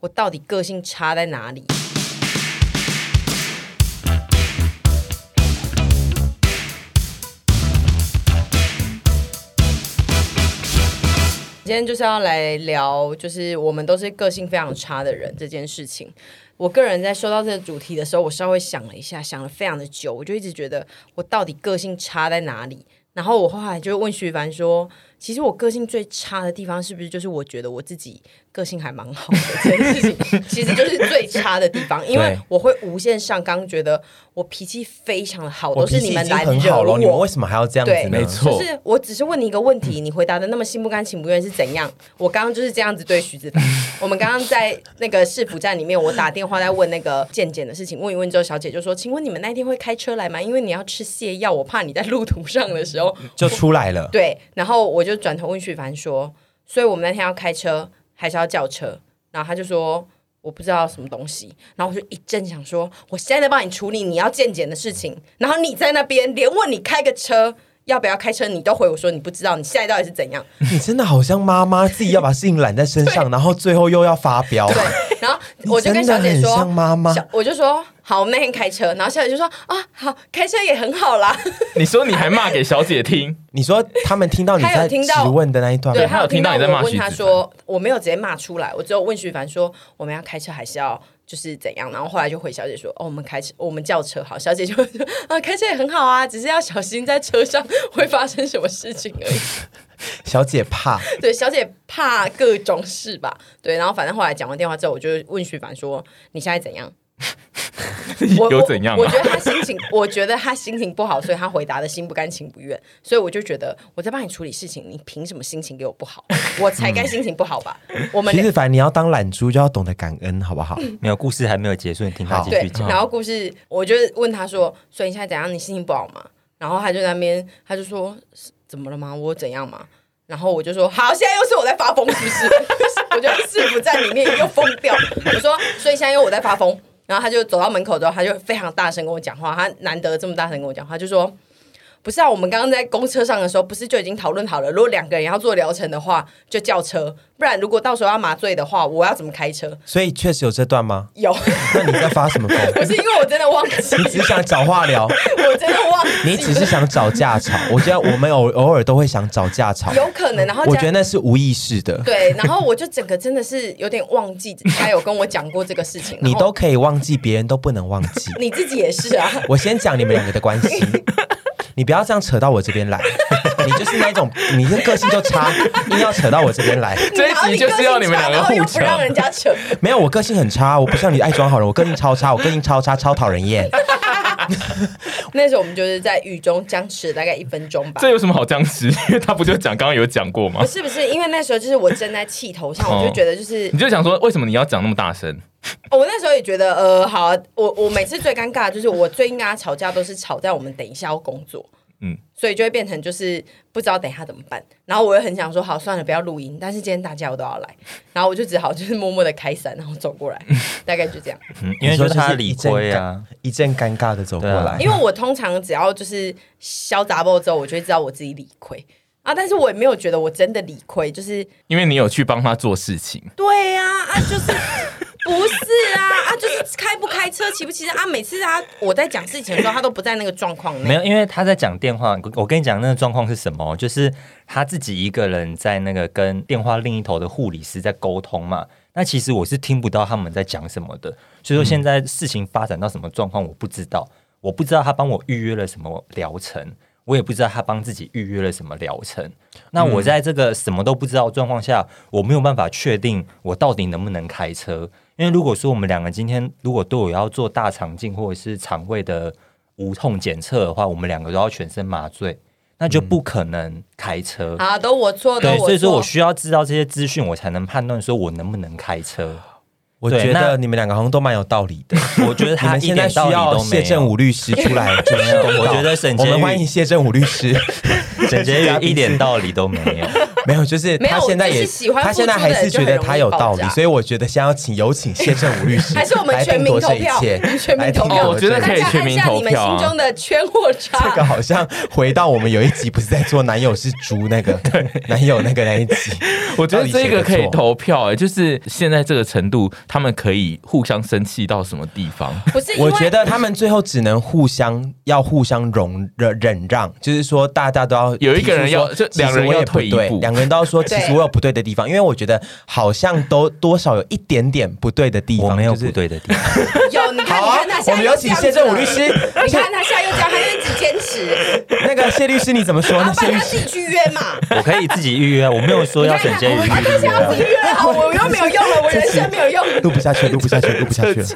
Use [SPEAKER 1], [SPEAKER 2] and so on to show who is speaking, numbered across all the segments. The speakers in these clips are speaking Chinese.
[SPEAKER 1] 我到底个性差在哪里。今天就是要来聊，就是我们都是个性非常差的人这件事情。我个人在收到这个主题的时候，我稍微想了一下，想了非常的久，我就一直觉得我到底个性差在哪里。然后我后来就问徐凡说：“其实我个性最差的地方，是不是就是我觉得我自己个性还蛮好的这件事 情，其实就是最差的地方，因为
[SPEAKER 2] 对
[SPEAKER 1] 我会无限上纲，觉得我脾气非常的好，都
[SPEAKER 2] 脾
[SPEAKER 1] 是
[SPEAKER 2] 气
[SPEAKER 1] 你
[SPEAKER 2] 已
[SPEAKER 1] 们
[SPEAKER 2] 经
[SPEAKER 1] 来
[SPEAKER 2] 很
[SPEAKER 1] 惹
[SPEAKER 2] 好了，你们
[SPEAKER 1] 我
[SPEAKER 2] 为。什么还要这样子
[SPEAKER 1] 对，
[SPEAKER 2] 呢？
[SPEAKER 3] 没错
[SPEAKER 1] 就是我只是问你一个问 题，你回答的那么心不甘情不愿是怎样？我刚刚就是这样子对徐子 凡。我们刚刚在那个市府站里面，我打电话在问那个健健的事情，问一问之后，小姐就说：“请问你们那天会开车来吗？因为你要吃泻药，我怕你在路途上的时候。
[SPEAKER 2] 就出来”了。
[SPEAKER 1] 对，然后我就转头问徐凡说：“所以我们那天要开车还是要叫车？”然后他就说。我不知道什么东西，然后我就一阵想说，我现在在帮你处理你要健检的事情，然后你在那边连问你开个车要不要开车，你都回我说你不知道，你现在到底是怎样？
[SPEAKER 2] 你真的好像妈妈 自己要把事情揽在身上，然后最后又要发飙。
[SPEAKER 1] 对，然后我就跟小姐
[SPEAKER 2] 你真的
[SPEAKER 1] 说，
[SPEAKER 2] 很像妈妈
[SPEAKER 1] 小我就说好，我们那天开车，然后小姐就说啊，好，开车也很好啦。
[SPEAKER 3] 你说你还骂给小 姐听，
[SPEAKER 2] 你说他们听到你
[SPEAKER 1] 他
[SPEAKER 2] 在
[SPEAKER 1] 有听
[SPEAKER 2] 质
[SPEAKER 1] 到
[SPEAKER 2] 问的那一段吗，
[SPEAKER 3] 对
[SPEAKER 1] 她有听
[SPEAKER 3] 她有听到你在骂
[SPEAKER 1] 我问
[SPEAKER 3] 徐
[SPEAKER 1] 她
[SPEAKER 3] 子
[SPEAKER 1] 说，我没有直接骂出来，我只有问徐凡说我们要开车还是要。就是怎样，然后后来就回小姐说：“哦，我们开车，我们叫车好。”小姐就会说：“啊，开车也很好啊，只是要小心在车上会发生什么事情而已。”
[SPEAKER 2] 小姐怕，
[SPEAKER 1] 对，小姐怕各种事吧？对，然后反正后来讲完电话之后，我就问徐凡说：“你现在怎 样？”我
[SPEAKER 3] 有怎样啊
[SPEAKER 1] 我？我
[SPEAKER 3] 吗？
[SPEAKER 1] 觉得他心情，我觉得他心情不好，所以他回答的心不甘情不愿。所以我就觉得我在帮你处理事情，你凭什么心情给我不好？我才该心情不好吧？我们
[SPEAKER 2] 其实反正你要当懒猪就要懂得感恩，好不好？
[SPEAKER 1] 嗯
[SPEAKER 4] 没有故事还没有结束，你听他
[SPEAKER 2] 好
[SPEAKER 4] 继
[SPEAKER 1] 对
[SPEAKER 4] 续，讲。
[SPEAKER 1] 然后故事，我就问他说：“所以你现在怎样？你心情不好吗？”然后他就在那边，他就说：“是怎么了吗？我怎样吗？”然后我就说：“好，现在又是我在发疯，是不是？”我就市府站里面又疯掉。我说：“所以现在又我在发疯。”然后他就走到门口之后，他就非常大声跟我讲话，他难得这么大声跟我讲话，他就说。不是啊，我们刚刚在公车上的时候，不是就已经讨论好了，如果两个人要做疗程的话，就叫车；不然如果到时候要麻醉的话，我要怎么开车？
[SPEAKER 2] 所以确实有这段吗？
[SPEAKER 1] 有，
[SPEAKER 2] 那你在发什么疯？
[SPEAKER 1] 不是因为我真的忘记
[SPEAKER 2] 你只想找话 聊，
[SPEAKER 1] 我真的忘记了，
[SPEAKER 2] 你只是想找 架吵。我觉得我们偶偶尔都会想找架吵，
[SPEAKER 1] 有可能，然后
[SPEAKER 2] 我
[SPEAKER 1] 加
[SPEAKER 2] 觉得那是无意识的。
[SPEAKER 1] 对，然后我就整个真的是有点忘记他有跟我讲过这个事情，
[SPEAKER 2] 你
[SPEAKER 1] 然后
[SPEAKER 2] 都可以忘记，别人都不能忘记。
[SPEAKER 1] 你自己也是啊，
[SPEAKER 2] 我先讲你们两个的关系，你不要这样扯到我这边来，你就是那种你的个性就差，硬要扯到我这边来。
[SPEAKER 3] 这一
[SPEAKER 1] 然后
[SPEAKER 3] 集就是要你们两个
[SPEAKER 1] 然后又
[SPEAKER 3] 互
[SPEAKER 1] 不让
[SPEAKER 3] 扯。
[SPEAKER 1] 人家扯，
[SPEAKER 2] 没有，我个性很差，我不像你爱装好人，我个性超差，我个性超差，超讨人厌。
[SPEAKER 1] 那时候我们就是在雨中僵持了大概一分钟吧
[SPEAKER 3] 这。有什么好僵持？ 因为他不就讲刚刚有讲过吗
[SPEAKER 1] 不？是不是，因为那时候就是我正在气头上，
[SPEAKER 3] 哦
[SPEAKER 1] 我就觉得就是
[SPEAKER 3] 你就想说，为什么你要讲那么大声？
[SPEAKER 1] 哦我那时候也觉得，呃，好、啊，我我每次最尴尬的就是我最跟他吵架都是吵在我们等一下要工作，嗯
[SPEAKER 3] 嗯，
[SPEAKER 1] 所以就会变成就是不知道等一下怎么办，然后我又很想说，好，算了，不要录音，但是今天大家我都要来，然后我就只好就是默默的开伞，然后走过来，大概就这样。
[SPEAKER 4] 因为就
[SPEAKER 2] 你
[SPEAKER 4] 是
[SPEAKER 2] 说
[SPEAKER 4] 他
[SPEAKER 2] 这是
[SPEAKER 4] 理亏啊，
[SPEAKER 2] 一阵尴尬的走过来。
[SPEAKER 1] 因为我通常只要就是消杂报之后，我就会知道我自己理亏啊，但是我也没有觉得我真的理亏，就是
[SPEAKER 3] 因为你有去帮他做事情，
[SPEAKER 1] 对呀、啊，就是 不是啊，啊，就是开不开车，骑不骑车啊，每次他我在讲事情的时候，他都不在那个状况内
[SPEAKER 4] 没。有，因为他在讲电话。我我跟你讲，那个状况是什么？就是他自己一个人在那个跟电话另一头的护理师在沟通嘛。那其实我是听不到他们在讲什么的，所以说现在事情发展到什么状况，我不知道。我不知道他帮我预约了什么疗程，我也不知道他帮自己预约了什么疗程。那
[SPEAKER 2] 嗯
[SPEAKER 4] 我在这个什么都不知道的状况下，我没有办法确定我到底能不能开车。因为如果说我们两个今天如果都有要做大肠镜或者是肠胃的无痛检测的话，我们两个都要全身麻醉，那
[SPEAKER 2] 嗯
[SPEAKER 4] 就不可能开车。
[SPEAKER 1] 好，都我错，都
[SPEAKER 4] 对，所以说
[SPEAKER 1] 错
[SPEAKER 4] 我。需要知道这些资讯，我才能判断说我能不能 开车。
[SPEAKER 2] 我
[SPEAKER 4] 对
[SPEAKER 2] 觉
[SPEAKER 4] 那
[SPEAKER 2] 得你们两个好像都蛮有道理的。
[SPEAKER 4] 我觉得
[SPEAKER 2] 你
[SPEAKER 4] 他
[SPEAKER 2] 们
[SPEAKER 4] 一
[SPEAKER 2] 现在
[SPEAKER 4] 点
[SPEAKER 2] 需
[SPEAKER 4] 道理
[SPEAKER 2] 要
[SPEAKER 4] 都没
[SPEAKER 2] 谢振
[SPEAKER 4] 有。
[SPEAKER 2] 武律师出 来主持公道。
[SPEAKER 4] 我觉得沈
[SPEAKER 2] 我
[SPEAKER 4] 监
[SPEAKER 2] 们欢
[SPEAKER 4] 狱
[SPEAKER 2] 迎谢振武律师。
[SPEAKER 4] 整节一点道理都没有。
[SPEAKER 2] 没有，就是
[SPEAKER 1] 没有
[SPEAKER 2] 他现在
[SPEAKER 1] 就是
[SPEAKER 2] 也
[SPEAKER 1] 喜欢
[SPEAKER 2] 他现在
[SPEAKER 1] 付出的
[SPEAKER 2] 还
[SPEAKER 1] 人
[SPEAKER 2] 是
[SPEAKER 1] 就
[SPEAKER 2] 觉
[SPEAKER 1] 很
[SPEAKER 2] 得
[SPEAKER 1] 容
[SPEAKER 2] 他
[SPEAKER 1] 易
[SPEAKER 2] 有
[SPEAKER 1] 爆
[SPEAKER 2] 道理
[SPEAKER 1] 炸，
[SPEAKER 2] 所以我觉得先要请有请谢振武律师
[SPEAKER 1] 还是我们
[SPEAKER 2] 来
[SPEAKER 1] 全
[SPEAKER 2] 定
[SPEAKER 1] 民
[SPEAKER 2] 夺这
[SPEAKER 1] 投
[SPEAKER 2] 一
[SPEAKER 1] 票
[SPEAKER 2] 切
[SPEAKER 1] 全民
[SPEAKER 2] 来定
[SPEAKER 1] 投
[SPEAKER 2] 夺
[SPEAKER 1] 票
[SPEAKER 3] 我觉得
[SPEAKER 2] 这一
[SPEAKER 3] 可以
[SPEAKER 1] 大家
[SPEAKER 3] 全
[SPEAKER 1] 按
[SPEAKER 3] 民
[SPEAKER 1] 下
[SPEAKER 3] 投
[SPEAKER 1] 你们
[SPEAKER 3] 票啊
[SPEAKER 1] 心中的圈或叉。
[SPEAKER 2] 这个好像回到我们有一集不是在做男友是猪 那个男友那个那一集，
[SPEAKER 3] 我觉得这个可
[SPEAKER 2] 到底谁
[SPEAKER 3] 以
[SPEAKER 2] 的错。
[SPEAKER 3] 投票、哎，就是现在这个程度，他们可以互相生气到什么地方？
[SPEAKER 1] 不是，因
[SPEAKER 2] 我
[SPEAKER 1] 为
[SPEAKER 2] 觉得他们最后只能互相要互相容忍忍让，就是说大家都要
[SPEAKER 3] 有一个人要
[SPEAKER 2] 提出说
[SPEAKER 3] 就两个人
[SPEAKER 2] 其实我也
[SPEAKER 3] 要退一
[SPEAKER 2] 不对
[SPEAKER 3] 步
[SPEAKER 2] 两个人都要 说其实我有不对的地方，因为我觉得好像都多少有一点点不对的地方，
[SPEAKER 4] 我没有
[SPEAKER 2] 就是
[SPEAKER 4] 不对的地方。
[SPEAKER 1] 有你看，
[SPEAKER 2] 好
[SPEAKER 1] 你
[SPEAKER 2] 啊
[SPEAKER 1] 看他，
[SPEAKER 2] 我
[SPEAKER 1] 现在
[SPEAKER 2] 们
[SPEAKER 1] 又
[SPEAKER 2] 有
[SPEAKER 1] 这
[SPEAKER 2] 请
[SPEAKER 1] 样
[SPEAKER 2] 谢
[SPEAKER 1] 子
[SPEAKER 2] 振武
[SPEAKER 1] 了
[SPEAKER 2] 律师。
[SPEAKER 1] 你看他现在又这样，他一直坚持，
[SPEAKER 2] 那个谢律师你怎么说
[SPEAKER 1] 老
[SPEAKER 2] 呢？谢
[SPEAKER 1] 板
[SPEAKER 2] 律
[SPEAKER 1] 他
[SPEAKER 2] 师
[SPEAKER 1] 自己去约嘛。
[SPEAKER 4] 我可以自己预约啊，我没有说要整间预
[SPEAKER 1] 你看他
[SPEAKER 4] 约
[SPEAKER 1] 现在
[SPEAKER 4] 啊
[SPEAKER 1] 自己。约了，我又没有用了，我人生没有用。
[SPEAKER 2] 录不下去，录不 下去，录不下去
[SPEAKER 3] 这
[SPEAKER 2] 了
[SPEAKER 3] 集，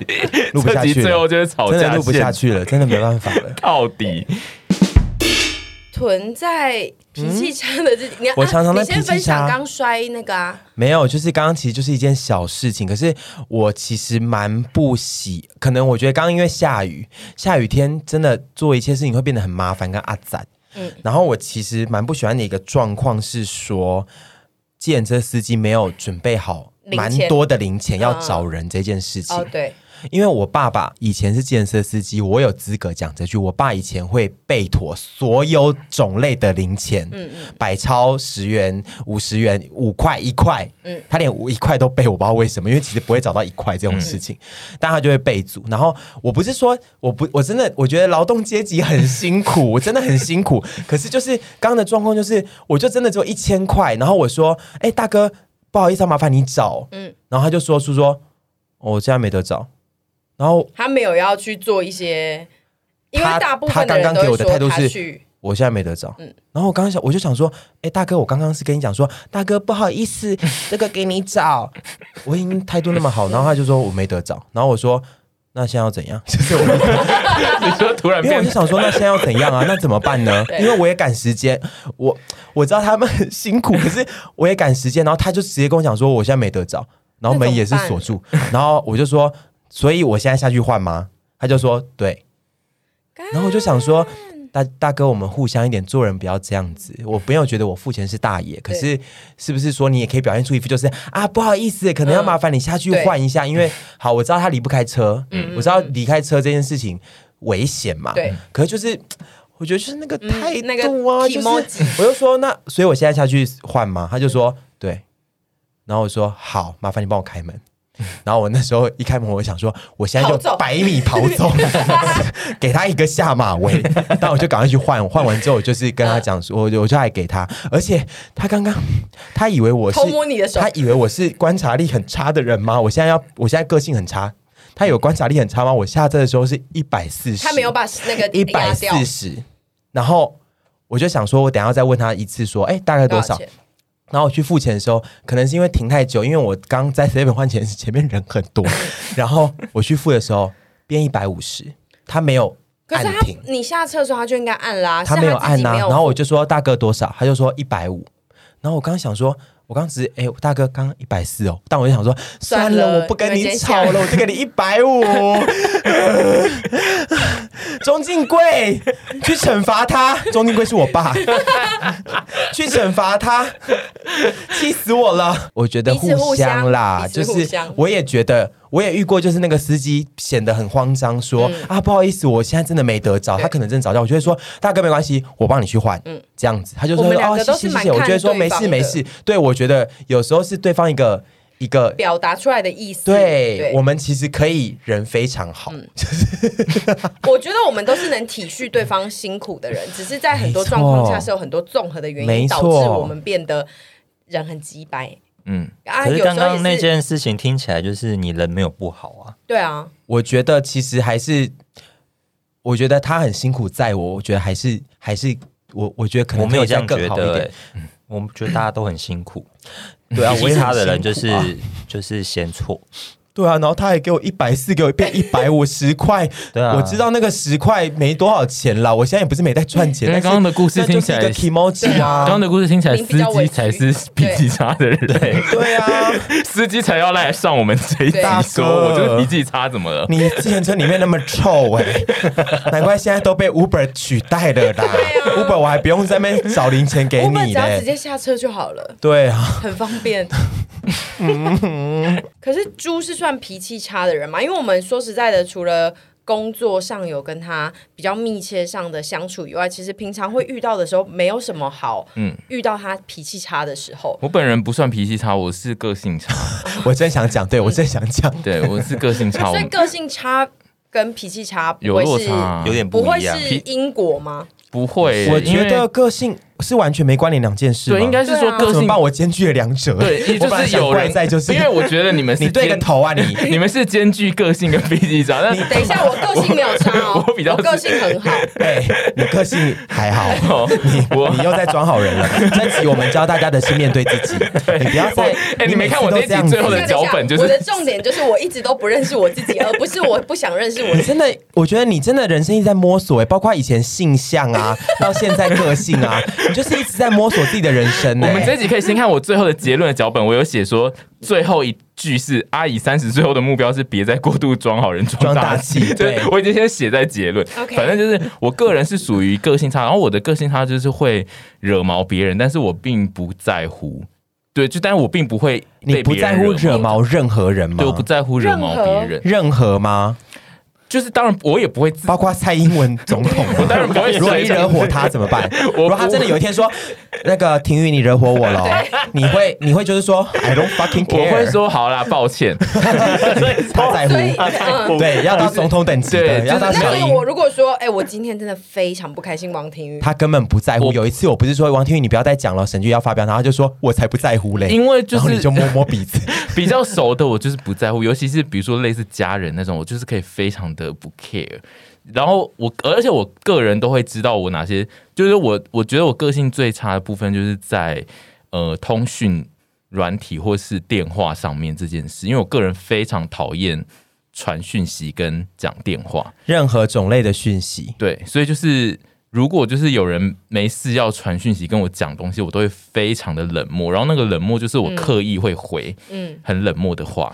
[SPEAKER 2] 录不下
[SPEAKER 3] 这集
[SPEAKER 2] 去
[SPEAKER 3] 最后
[SPEAKER 2] 了，
[SPEAKER 3] 就是吵
[SPEAKER 2] 真
[SPEAKER 3] 架，
[SPEAKER 2] 的录不下，去了，真的没办法了。
[SPEAKER 3] 到底
[SPEAKER 1] 囤在脾气差的自己，你要
[SPEAKER 2] 嗯我
[SPEAKER 1] 啊
[SPEAKER 2] 常常在
[SPEAKER 1] 你先
[SPEAKER 2] 脾气
[SPEAKER 1] 分享
[SPEAKER 2] 差
[SPEAKER 1] 刚摔那个啊，
[SPEAKER 2] 没有，就是刚刚其实就是一件小事情，可是我其实蛮不喜，可能我觉得刚刚因为下雨，下雨天真的做一切事情会变得很麻烦跟阿杂。
[SPEAKER 1] 嗯
[SPEAKER 2] 然后我其实蛮不喜欢的一个状况是说，既然这司机没有准备好
[SPEAKER 1] 零钱嗯
[SPEAKER 2] 蛮多的零钱要找人这件事情，
[SPEAKER 1] 哦对，
[SPEAKER 2] 因为我爸爸以前是计程车司机，我有资格讲这句。我爸以前会备妥所有种类的零钱，嗯嗯，百超、十元、五十元、五块、一块，嗯，他连五一块都备，我不知道为什么，因为其实不会找到一块这种事情，但他就会备足。然后我不是说我不，我真的我觉得劳动阶级很辛苦，我真的很辛 苦。可是就是刚刚的状况就是，我就真的只有一千块，然后我说，哎、大哥，不好意思、啊，麻烦你找，嗯，然后他就说出说。哦我现在没得找，然后
[SPEAKER 1] 他没有要去做一些，因为
[SPEAKER 2] 他
[SPEAKER 1] 大部分的
[SPEAKER 2] 他刚
[SPEAKER 1] 人
[SPEAKER 2] 刚给
[SPEAKER 1] 都
[SPEAKER 2] 我
[SPEAKER 1] 会
[SPEAKER 2] 的
[SPEAKER 1] 说
[SPEAKER 2] 态度
[SPEAKER 1] 他
[SPEAKER 2] 是
[SPEAKER 1] 去，
[SPEAKER 2] 我现在没得找。然后我刚刚想，我就想说，哎，大哥，我刚刚是跟你讲说，大哥不好意 思，这个给你 找。我已经态度那么好，然后他就说我没得找，然后我说。那现在要怎样？ 就是我，
[SPEAKER 3] 你说突然
[SPEAKER 2] 因为我
[SPEAKER 3] 变
[SPEAKER 2] 就想说，那现在要怎样啊？那怎么办 呢？
[SPEAKER 1] 对
[SPEAKER 2] 因为我也赶时间，我我知道他们很辛苦，可是我也赶时间。然后他就直接跟我讲说，我现在没得找，然后门也是锁住，然后我就说，所以我现在下去换吗？他就说对，然后我就想说，大大哥，我们互相一点，做人不要这样子。我没有觉得我付钱是大爷，可是是不是说你也可以表现出一副就是啊，不好意思，可能要麻烦你下去
[SPEAKER 1] 对嗯
[SPEAKER 2] 换一下，因为好，我知道他离不开车，我知道离开车这件事情危险嘛，
[SPEAKER 1] 对。嗯
[SPEAKER 2] 可是就是。我觉得就是那个态
[SPEAKER 1] 那个
[SPEAKER 2] 度啊，就是
[SPEAKER 1] kimoji
[SPEAKER 2] 我就说那，所以我现在下去换吗？他就说对，然后我说好，麻烦你帮我开门。 然后我那时候一开门，我想说，我现在
[SPEAKER 1] 跑走
[SPEAKER 2] 就百米跑 走， 给他一个下马威。但我就赶快去换，换完之后我就是跟他讲说，我就我就还给他，而且他刚刚他以为我是
[SPEAKER 1] 偷摸你的手
[SPEAKER 2] 他以为我是观察力很差的人吗？我现在要，我现在个性很差，他有观察力很差吗？我下车的时候是一百四十，
[SPEAKER 1] 他没有把那个
[SPEAKER 2] 一百
[SPEAKER 1] 压掉
[SPEAKER 2] 四十，然后我就想说，我等一下再问他一次，说，哎，大概多少？
[SPEAKER 1] 钱
[SPEAKER 2] 然后我去付钱的时候，可能是因为停太久，因为我刚在 seven 换钱时 前面人很 多，然后我去付的时候变一百五十，他没有
[SPEAKER 1] 可是
[SPEAKER 2] 按
[SPEAKER 1] 他
[SPEAKER 2] 停，
[SPEAKER 1] 你下车的时候他就应该按啦，
[SPEAKER 2] 他
[SPEAKER 1] 是
[SPEAKER 2] 没有
[SPEAKER 1] 有
[SPEAKER 2] 按呐、
[SPEAKER 1] 呐、
[SPEAKER 2] 然后我就说大哥多少，他就说一百五，然后我刚想说。我刚只是哎、大哥刚一百四哦，但我就想说
[SPEAKER 1] 算
[SPEAKER 2] 算
[SPEAKER 1] 了
[SPEAKER 2] 了，我不跟
[SPEAKER 1] 你们先
[SPEAKER 2] 你吵了，我就给你一 百五。钟敬贵，去惩罚他。钟敬贵是我爸，去惩罚 他，气死我了。我觉得
[SPEAKER 1] 彼此互相
[SPEAKER 2] 相啦，
[SPEAKER 1] 彼
[SPEAKER 2] 就
[SPEAKER 1] 此互
[SPEAKER 2] 是
[SPEAKER 1] 相
[SPEAKER 2] 我也觉得，我也遇过，就是那个司机显得很慌张，说、啊不好意思，我现在真的没得找，
[SPEAKER 1] 嗯对
[SPEAKER 2] 他可能真的找到，我就会说大哥没关系，我帮你去换，嗯，这样子，他就说
[SPEAKER 1] 我们两
[SPEAKER 2] 哦
[SPEAKER 1] 个都
[SPEAKER 2] 谢谢
[SPEAKER 1] 是
[SPEAKER 2] 谢
[SPEAKER 1] 蛮
[SPEAKER 2] 谢，我就会说
[SPEAKER 1] 看对
[SPEAKER 2] 没
[SPEAKER 1] 方
[SPEAKER 2] 事没
[SPEAKER 1] 的
[SPEAKER 2] 事，对我觉得有时候是对方一个一个。
[SPEAKER 1] 表达出来的意思。
[SPEAKER 2] 对我
[SPEAKER 1] 我
[SPEAKER 2] 们其实可以人非常好，
[SPEAKER 1] 嗯我觉得我们都是能体恤对方辛苦的人，只是在很多状况下是有很多综合的原因
[SPEAKER 2] 没错
[SPEAKER 1] 导致我们变得人很鸡掰
[SPEAKER 3] 嗯，
[SPEAKER 1] 啊。
[SPEAKER 4] 可是
[SPEAKER 1] 有
[SPEAKER 4] 刚
[SPEAKER 1] 时候
[SPEAKER 4] 刚那
[SPEAKER 1] 也是
[SPEAKER 4] 件事情听起来就是你人没有不好啊，
[SPEAKER 1] 对啊，
[SPEAKER 2] 我觉得其实还是，我觉得他很辛苦，在我，我觉得还是还是我，我觉得可能
[SPEAKER 4] 我没有
[SPEAKER 2] 可以
[SPEAKER 4] 这
[SPEAKER 2] 再
[SPEAKER 4] 样觉
[SPEAKER 2] 更好一
[SPEAKER 4] 得、
[SPEAKER 2] 点
[SPEAKER 4] 欸。我们觉得大家都很辛苦，
[SPEAKER 2] 对啊，
[SPEAKER 4] 其
[SPEAKER 2] 我也
[SPEAKER 4] 他
[SPEAKER 2] 很
[SPEAKER 4] 的人
[SPEAKER 2] 辛
[SPEAKER 4] 就
[SPEAKER 2] 苦
[SPEAKER 4] 是
[SPEAKER 2] 啊
[SPEAKER 4] 就是嫌错，
[SPEAKER 2] 对啊，然后他还给我一百四，给我变一百五，十块。
[SPEAKER 4] 对啊
[SPEAKER 2] 我知道那个十块没多少钱啦，我现在也不是没在赚钱。
[SPEAKER 3] 对
[SPEAKER 2] 但是
[SPEAKER 3] 刚刚的故事
[SPEAKER 2] 那就是
[SPEAKER 3] 听起来
[SPEAKER 2] 一个 i m o j
[SPEAKER 3] 刚 刚
[SPEAKER 2] 啊，
[SPEAKER 3] 的故事听起来，
[SPEAKER 1] 你
[SPEAKER 3] 司
[SPEAKER 1] 比较委
[SPEAKER 3] 机
[SPEAKER 1] 屈
[SPEAKER 3] 才是脾气差的人，
[SPEAKER 2] 对啊，
[SPEAKER 3] 司机才要来上我们这一集
[SPEAKER 1] 对大
[SPEAKER 2] 哥
[SPEAKER 3] 说，我这个脾气差怎么了？
[SPEAKER 2] 你自行车里面那么臭哎、难怪现在都被 Uber 取代了啦。Uber 我还不用在那边找零钱给
[SPEAKER 1] 我们
[SPEAKER 2] 你
[SPEAKER 1] 啊只要直
[SPEAKER 2] 嘞。
[SPEAKER 1] 接下车就好了，
[SPEAKER 2] 对啊，
[SPEAKER 1] 很方 便。可是猪是算脾气差的人嘛？因为我们说实在的，除了工作上有跟他比较密切上的相处以外，其实平常会遇到的时候，没有什么好
[SPEAKER 3] 嗯
[SPEAKER 1] 遇到他脾气差的时候。
[SPEAKER 3] 我本人不算脾气差，我是个 性差，
[SPEAKER 2] 我真想讲，对我真想讲，
[SPEAKER 3] 对我是个性差。我
[SPEAKER 1] 所以个性差跟脾气差不
[SPEAKER 3] 有
[SPEAKER 1] 会
[SPEAKER 3] 落
[SPEAKER 1] 是
[SPEAKER 3] 差
[SPEAKER 2] 嗯
[SPEAKER 3] 啊，
[SPEAKER 4] 有点
[SPEAKER 1] 不会
[SPEAKER 4] 一样。
[SPEAKER 1] 是因果吗？
[SPEAKER 3] 不会，
[SPEAKER 2] 我
[SPEAKER 3] 因
[SPEAKER 2] 觉
[SPEAKER 3] 为
[SPEAKER 2] 得个性是完全没关联两件事吗。
[SPEAKER 3] 对，应该是
[SPEAKER 1] 对
[SPEAKER 3] 说
[SPEAKER 1] 啊
[SPEAKER 3] 个
[SPEAKER 2] 怎么
[SPEAKER 3] 性
[SPEAKER 2] 办？我兼具了两者。
[SPEAKER 3] 对，
[SPEAKER 2] 我本
[SPEAKER 3] 就
[SPEAKER 2] 来
[SPEAKER 3] 是
[SPEAKER 2] 想
[SPEAKER 3] 有
[SPEAKER 2] 怪
[SPEAKER 3] 人
[SPEAKER 2] 在就是，
[SPEAKER 3] 因为我觉得你们是
[SPEAKER 2] 你对个
[SPEAKER 3] 兼，
[SPEAKER 2] 头 啊你。
[SPEAKER 3] 你们是兼具个性跟脾气差，但
[SPEAKER 1] 等一下，我个性没有差哦，
[SPEAKER 3] 我比较是
[SPEAKER 1] 个性很好。
[SPEAKER 2] 哎、你个性还好，
[SPEAKER 3] 哦 我
[SPEAKER 2] 你又在装好人了。这集我们教大家的是面对自 己，你不要再。
[SPEAKER 3] 哎你没看我
[SPEAKER 2] 每次都这
[SPEAKER 3] 这集
[SPEAKER 2] 样
[SPEAKER 3] 最后
[SPEAKER 2] 子
[SPEAKER 3] 的脚本就是
[SPEAKER 1] 我的重点就是我一直都不认识我自己，而不是我不想认识我
[SPEAKER 2] 你
[SPEAKER 1] 自己。
[SPEAKER 2] 真的，我觉得你真的人生一直在摸索哎、包括以前性向 啊，到现在个性啊，你就是一直在摸索自己的人生、
[SPEAKER 3] 我
[SPEAKER 2] 哎
[SPEAKER 3] 们这一集可以先看我最后的结论的脚本，我有写说最后一句是阿姨三十最后的目标是别再过度装好人装
[SPEAKER 2] 装大
[SPEAKER 3] 大
[SPEAKER 2] 气
[SPEAKER 3] 对
[SPEAKER 2] 对
[SPEAKER 3] 我已经先写在结论。
[SPEAKER 1] OK
[SPEAKER 3] 反正就是我个人是属于个性差，然后我的个性差就是会惹毛别人，但是我并不在乎。对，就但是我并不会
[SPEAKER 2] 你
[SPEAKER 3] 被
[SPEAKER 2] 不
[SPEAKER 3] 别人
[SPEAKER 2] 在乎惹
[SPEAKER 3] 惹，
[SPEAKER 2] 毛任何人吗？
[SPEAKER 3] 对，我不在乎惹毛
[SPEAKER 1] 任何
[SPEAKER 3] 别人，
[SPEAKER 2] 任何吗？
[SPEAKER 3] 就是当然我也不会自
[SPEAKER 2] 包括蔡英文总统吗，
[SPEAKER 3] 我当然不会
[SPEAKER 2] 如果你惹火他怎么办？ 如果他真的有一天说，那个婷宇你惹火我 了哦，你会你会就是说 I don't fucking
[SPEAKER 3] 我
[SPEAKER 2] care，
[SPEAKER 3] 会说哦好啦，抱歉。
[SPEAKER 2] 他在
[SPEAKER 1] 所以，
[SPEAKER 2] 乎，
[SPEAKER 1] 嗯，
[SPEAKER 2] 对，要到总统等级
[SPEAKER 3] 对
[SPEAKER 2] 的，
[SPEAKER 3] 就是
[SPEAKER 2] 要到
[SPEAKER 1] 那
[SPEAKER 2] 小
[SPEAKER 1] 所以，
[SPEAKER 2] 英
[SPEAKER 1] 我。如果说，哎，我今天真的非常不开心，王庭宇，
[SPEAKER 2] 他根本不在乎。
[SPEAKER 3] 我
[SPEAKER 2] 有一次，我不是说王天宇，你不要再讲了，神剧要发飙，然后他就说：“我才不在乎嘞。”
[SPEAKER 3] 因为就
[SPEAKER 2] 然后
[SPEAKER 3] 是
[SPEAKER 2] 你就摸摸鼻子，
[SPEAKER 3] 比较熟的，我就是不在乎，尤其是比如说类似家人那种，我就是可以非常的不 care。然后我，而且我个人都会知道我哪些，就是我我觉得我个性最差的部分就是在呃通讯软体或是电话上面这件事，因为我个人非常讨厌传讯息跟讲电话，
[SPEAKER 2] 任何种类的讯息，
[SPEAKER 3] 对，所以就是。如果就是有人没事要传讯息跟我讲东西，我都会非常的冷漠，然后那个冷漠就是我刻意会回
[SPEAKER 1] 嗯，
[SPEAKER 3] 很冷漠的话，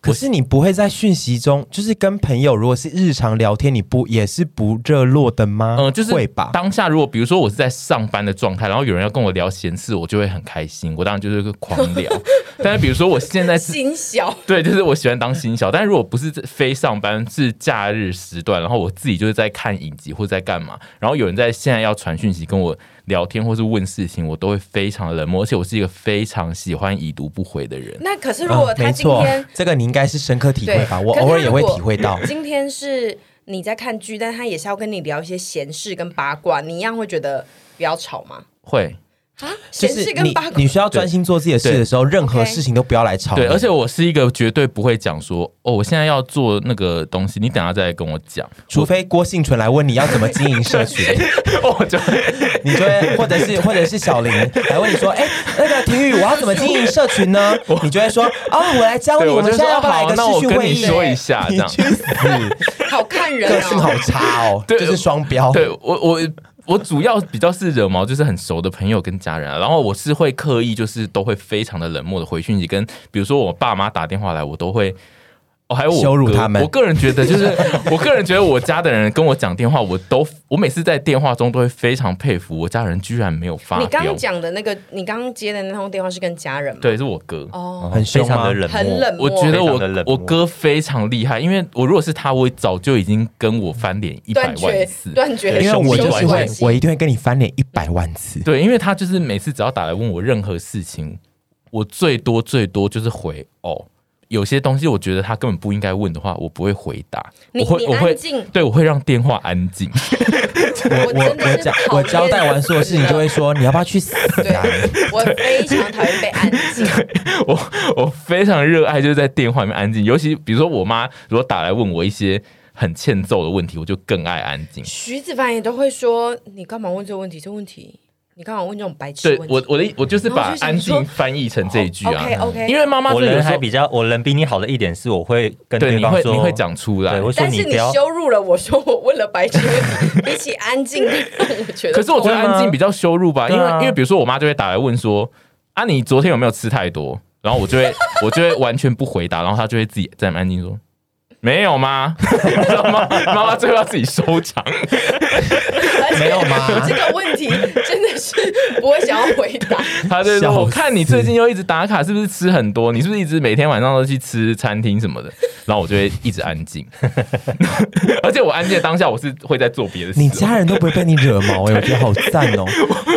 [SPEAKER 2] 可是你不会在讯息中，就是跟朋友如果是日常聊天，你不也是不热络的吗？
[SPEAKER 3] 嗯、就是
[SPEAKER 2] 会吧。
[SPEAKER 3] 当下如果比如说我是在上班的状态，然后有人要跟我聊闲事，我就会很开心，我当然就是会狂聊。但是比如说我现在是。
[SPEAKER 1] 心小，
[SPEAKER 3] 对，就是我喜欢当新小，但是如果不是非上班，是假日时段，然后我自己就是在看影集或在干嘛，然后有人在现在要传讯息跟我聊天或是问事情，我都会非常冷漠，而且我是一个非常喜欢已读不回的人。
[SPEAKER 1] 那可是如果
[SPEAKER 2] 嗯
[SPEAKER 1] 他
[SPEAKER 2] 没
[SPEAKER 1] 今
[SPEAKER 2] 错
[SPEAKER 1] 天，
[SPEAKER 2] 这个你应该是深刻体会吧？
[SPEAKER 1] 对
[SPEAKER 2] 我
[SPEAKER 1] 可是
[SPEAKER 2] 偶尔也会
[SPEAKER 1] 如果
[SPEAKER 2] 体会到。
[SPEAKER 1] 今天是你在看剧，但他也是要跟你聊一些闲事跟八卦，你一样会觉得不要吵吗？
[SPEAKER 3] 会，
[SPEAKER 1] 啊，
[SPEAKER 2] 就
[SPEAKER 1] 闲
[SPEAKER 2] 是
[SPEAKER 1] 事
[SPEAKER 2] 你
[SPEAKER 1] 跟八卦
[SPEAKER 2] 你，需要专心做自己的事的时候，任何事情都不要来吵你。
[SPEAKER 3] 对，而且我是一个绝对不会讲说，哦，我现在要做那个东西，你等一下再跟我讲，
[SPEAKER 2] 除非郭幸存来问你要怎么经营社 群，
[SPEAKER 3] 哦，我就
[SPEAKER 2] 你就会或者 是或者是小林来问你说，哎、那个婷宇，我要怎么经营社群 呢？你就会说，啊，我来教
[SPEAKER 3] 对，
[SPEAKER 2] 你，
[SPEAKER 3] 我
[SPEAKER 2] 们
[SPEAKER 3] 就
[SPEAKER 2] 现在
[SPEAKER 3] 说
[SPEAKER 2] 要不要来
[SPEAKER 3] 好，
[SPEAKER 2] 个
[SPEAKER 3] 那
[SPEAKER 2] 视
[SPEAKER 3] 我
[SPEAKER 2] 讯
[SPEAKER 3] 跟
[SPEAKER 2] 会
[SPEAKER 3] 你
[SPEAKER 2] 议？
[SPEAKER 3] 说一下这
[SPEAKER 2] 你
[SPEAKER 3] 样。
[SPEAKER 2] 去死！
[SPEAKER 1] 好看人
[SPEAKER 2] 个性
[SPEAKER 1] 哦。
[SPEAKER 2] 好差哦，
[SPEAKER 3] 对
[SPEAKER 2] 就是双标。
[SPEAKER 3] 对我我我主要比较是惹毛，就是很熟的朋友跟家人、啊，然后我是会刻意就是都会非常的冷漠的回讯息，跟比如说我爸妈打电话来，我都会。哦，还有我
[SPEAKER 2] 羞辱
[SPEAKER 3] 哥
[SPEAKER 2] 他们
[SPEAKER 3] 我个人觉得，就是我个人觉得我家的人跟我讲电话，我都我每次在电话中都会非常佩服我家人，居然没有发
[SPEAKER 1] 你刚
[SPEAKER 3] 飙
[SPEAKER 1] 刚。讲的那个，你刚刚接的那通电话是跟家人吗？，
[SPEAKER 3] 对，是我哥。
[SPEAKER 1] 哦，
[SPEAKER 2] 嗯很
[SPEAKER 4] 非
[SPEAKER 2] 凶啊
[SPEAKER 4] 常
[SPEAKER 2] 吗
[SPEAKER 4] 的冷漠，
[SPEAKER 1] 很冷漠。
[SPEAKER 3] 我觉得
[SPEAKER 4] 非常的
[SPEAKER 3] 我
[SPEAKER 4] 冷漠
[SPEAKER 3] 我哥非常厉害，因为我如果是他，我早就已经跟我翻脸一百
[SPEAKER 1] 断绝
[SPEAKER 3] 万次。
[SPEAKER 1] 断绝，
[SPEAKER 2] 因为我就
[SPEAKER 1] 兄
[SPEAKER 2] 是
[SPEAKER 1] 弟
[SPEAKER 2] 会
[SPEAKER 1] 关，系
[SPEAKER 2] 我一定会跟你翻脸一百万次。
[SPEAKER 3] 对，因为他就是每次只要打来问我任何事情，我最多最多就是回哦。有些东西我觉得他根本不应该问的话，我不会回答，
[SPEAKER 1] 你
[SPEAKER 3] 我会
[SPEAKER 1] 你
[SPEAKER 3] 我会
[SPEAKER 1] 安静
[SPEAKER 3] 对我会让电话安静。
[SPEAKER 1] 我
[SPEAKER 2] 我
[SPEAKER 1] 真的
[SPEAKER 2] 我
[SPEAKER 1] 是
[SPEAKER 2] 交
[SPEAKER 1] 讨
[SPEAKER 2] 我
[SPEAKER 1] 厌
[SPEAKER 2] 交代完所有事情，就会说你要不要去死
[SPEAKER 1] 对
[SPEAKER 2] 啊？
[SPEAKER 1] 我非常讨厌被 安静。
[SPEAKER 3] 我我非常热爱就是在电话里面安静，尤其比如说我妈如果打来问我一些很欠揍的问题，我就更爱安静。
[SPEAKER 1] 徐子凡也都会说：“你干嘛问这个问题？这问题你刚好问这种白痴
[SPEAKER 3] 对
[SPEAKER 1] 问题
[SPEAKER 3] 我我的意我就是
[SPEAKER 1] 然后我
[SPEAKER 3] 把
[SPEAKER 1] 就想
[SPEAKER 3] 安
[SPEAKER 1] 说哦
[SPEAKER 3] 静翻译成这一句啊
[SPEAKER 1] OK，OK
[SPEAKER 3] 因为妈妈
[SPEAKER 4] 我
[SPEAKER 3] 就有
[SPEAKER 4] 人
[SPEAKER 3] 时
[SPEAKER 4] 还
[SPEAKER 3] 候
[SPEAKER 4] 比较，我人比你好的一点是，我会跟
[SPEAKER 3] 对你
[SPEAKER 4] 方
[SPEAKER 3] 会
[SPEAKER 4] 说，
[SPEAKER 3] 你会讲出来
[SPEAKER 4] 对，，我说
[SPEAKER 1] 但是
[SPEAKER 4] 不
[SPEAKER 1] 你
[SPEAKER 4] 要。
[SPEAKER 1] 羞辱了我说我问了白痴问题，比起安静，我觉得
[SPEAKER 3] 可是我觉得
[SPEAKER 2] 啊
[SPEAKER 3] 安静比较羞辱吧，因
[SPEAKER 4] 对
[SPEAKER 3] 为
[SPEAKER 4] 啊
[SPEAKER 3] 因为比如说我妈就会打来问说啊你昨天有没有吃太多，然后我就会 我就会完全不回答，然后她就会自己在那边安静说。没有吗？ 你知道吗？妈妈最后要自己收场。
[SPEAKER 1] 而且
[SPEAKER 2] 没有吗
[SPEAKER 1] 这个问题真的是不会想要回答。
[SPEAKER 3] 她就
[SPEAKER 2] 笑
[SPEAKER 3] 说：“
[SPEAKER 2] 死
[SPEAKER 3] 我看你最近又一直打卡，是不是吃很多？你是不是一直每天晚上都去吃餐厅什么的？”然后我就会一直安静， 而且我安静的当下，我是会在做别的事。哦
[SPEAKER 2] 你家人都不会被你惹毛哎、我觉得好赞 哦、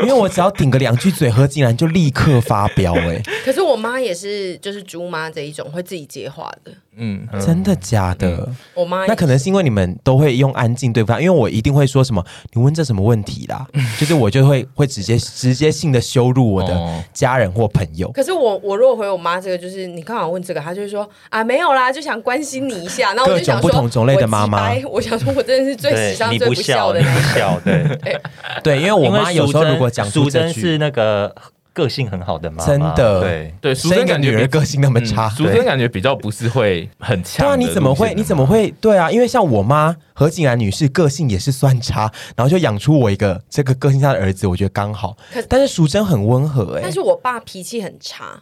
[SPEAKER 2] 因为我只要顶个两句嘴合进来，你就立刻发飙哎、
[SPEAKER 1] 可是我妈也是，就是猪妈这一种会自己接话的。
[SPEAKER 3] 嗯，
[SPEAKER 2] 真的假的？
[SPEAKER 1] 我妈也
[SPEAKER 2] 那可能是因为你们都会用安静对方，因为我一定会说什么，你问这什么问题啦， 就是我就会会直接直接性的羞辱我
[SPEAKER 3] 哦
[SPEAKER 2] 的家人或朋友。
[SPEAKER 1] 可是我我如果回我妈这个，就是你刚好问这个，她就会说啊没有啦，就想关心你一下。那我就想说，
[SPEAKER 2] 各种不同种类的妈妈
[SPEAKER 1] 我鸡掰 我想说我真的是最时
[SPEAKER 4] 对，
[SPEAKER 1] 尚、
[SPEAKER 4] 你
[SPEAKER 1] 最
[SPEAKER 4] 不
[SPEAKER 1] 孝
[SPEAKER 4] 笑，
[SPEAKER 1] 的
[SPEAKER 4] 你
[SPEAKER 1] 那一
[SPEAKER 4] 不
[SPEAKER 1] 个。
[SPEAKER 4] 笑，对。
[SPEAKER 2] 对，因为 我
[SPEAKER 4] 因为
[SPEAKER 2] 妈有时候如果讲出
[SPEAKER 4] 淑
[SPEAKER 2] 这
[SPEAKER 4] 珍
[SPEAKER 2] 句
[SPEAKER 4] 是，那个个性很好的妈妈，
[SPEAKER 2] 真的
[SPEAKER 4] 对。
[SPEAKER 3] 对，淑
[SPEAKER 2] 生
[SPEAKER 3] 珍
[SPEAKER 2] 一个
[SPEAKER 3] 感觉
[SPEAKER 2] 女
[SPEAKER 3] 比
[SPEAKER 2] 儿个性那么差
[SPEAKER 3] 嗯，淑
[SPEAKER 4] 对
[SPEAKER 3] 珍感觉比较不是会很
[SPEAKER 2] 对
[SPEAKER 3] 强
[SPEAKER 2] 啊，
[SPEAKER 3] 的路
[SPEAKER 2] 你
[SPEAKER 3] 线的嘛。
[SPEAKER 2] 怎么会？你怎么会？对啊，因为像我妈何景兰女士个性也是算差，然后就养出我一个这个个性差的儿子，我觉得刚好
[SPEAKER 1] 可。
[SPEAKER 2] 但是淑珍很温和哎、
[SPEAKER 1] 但是我爸脾气很差，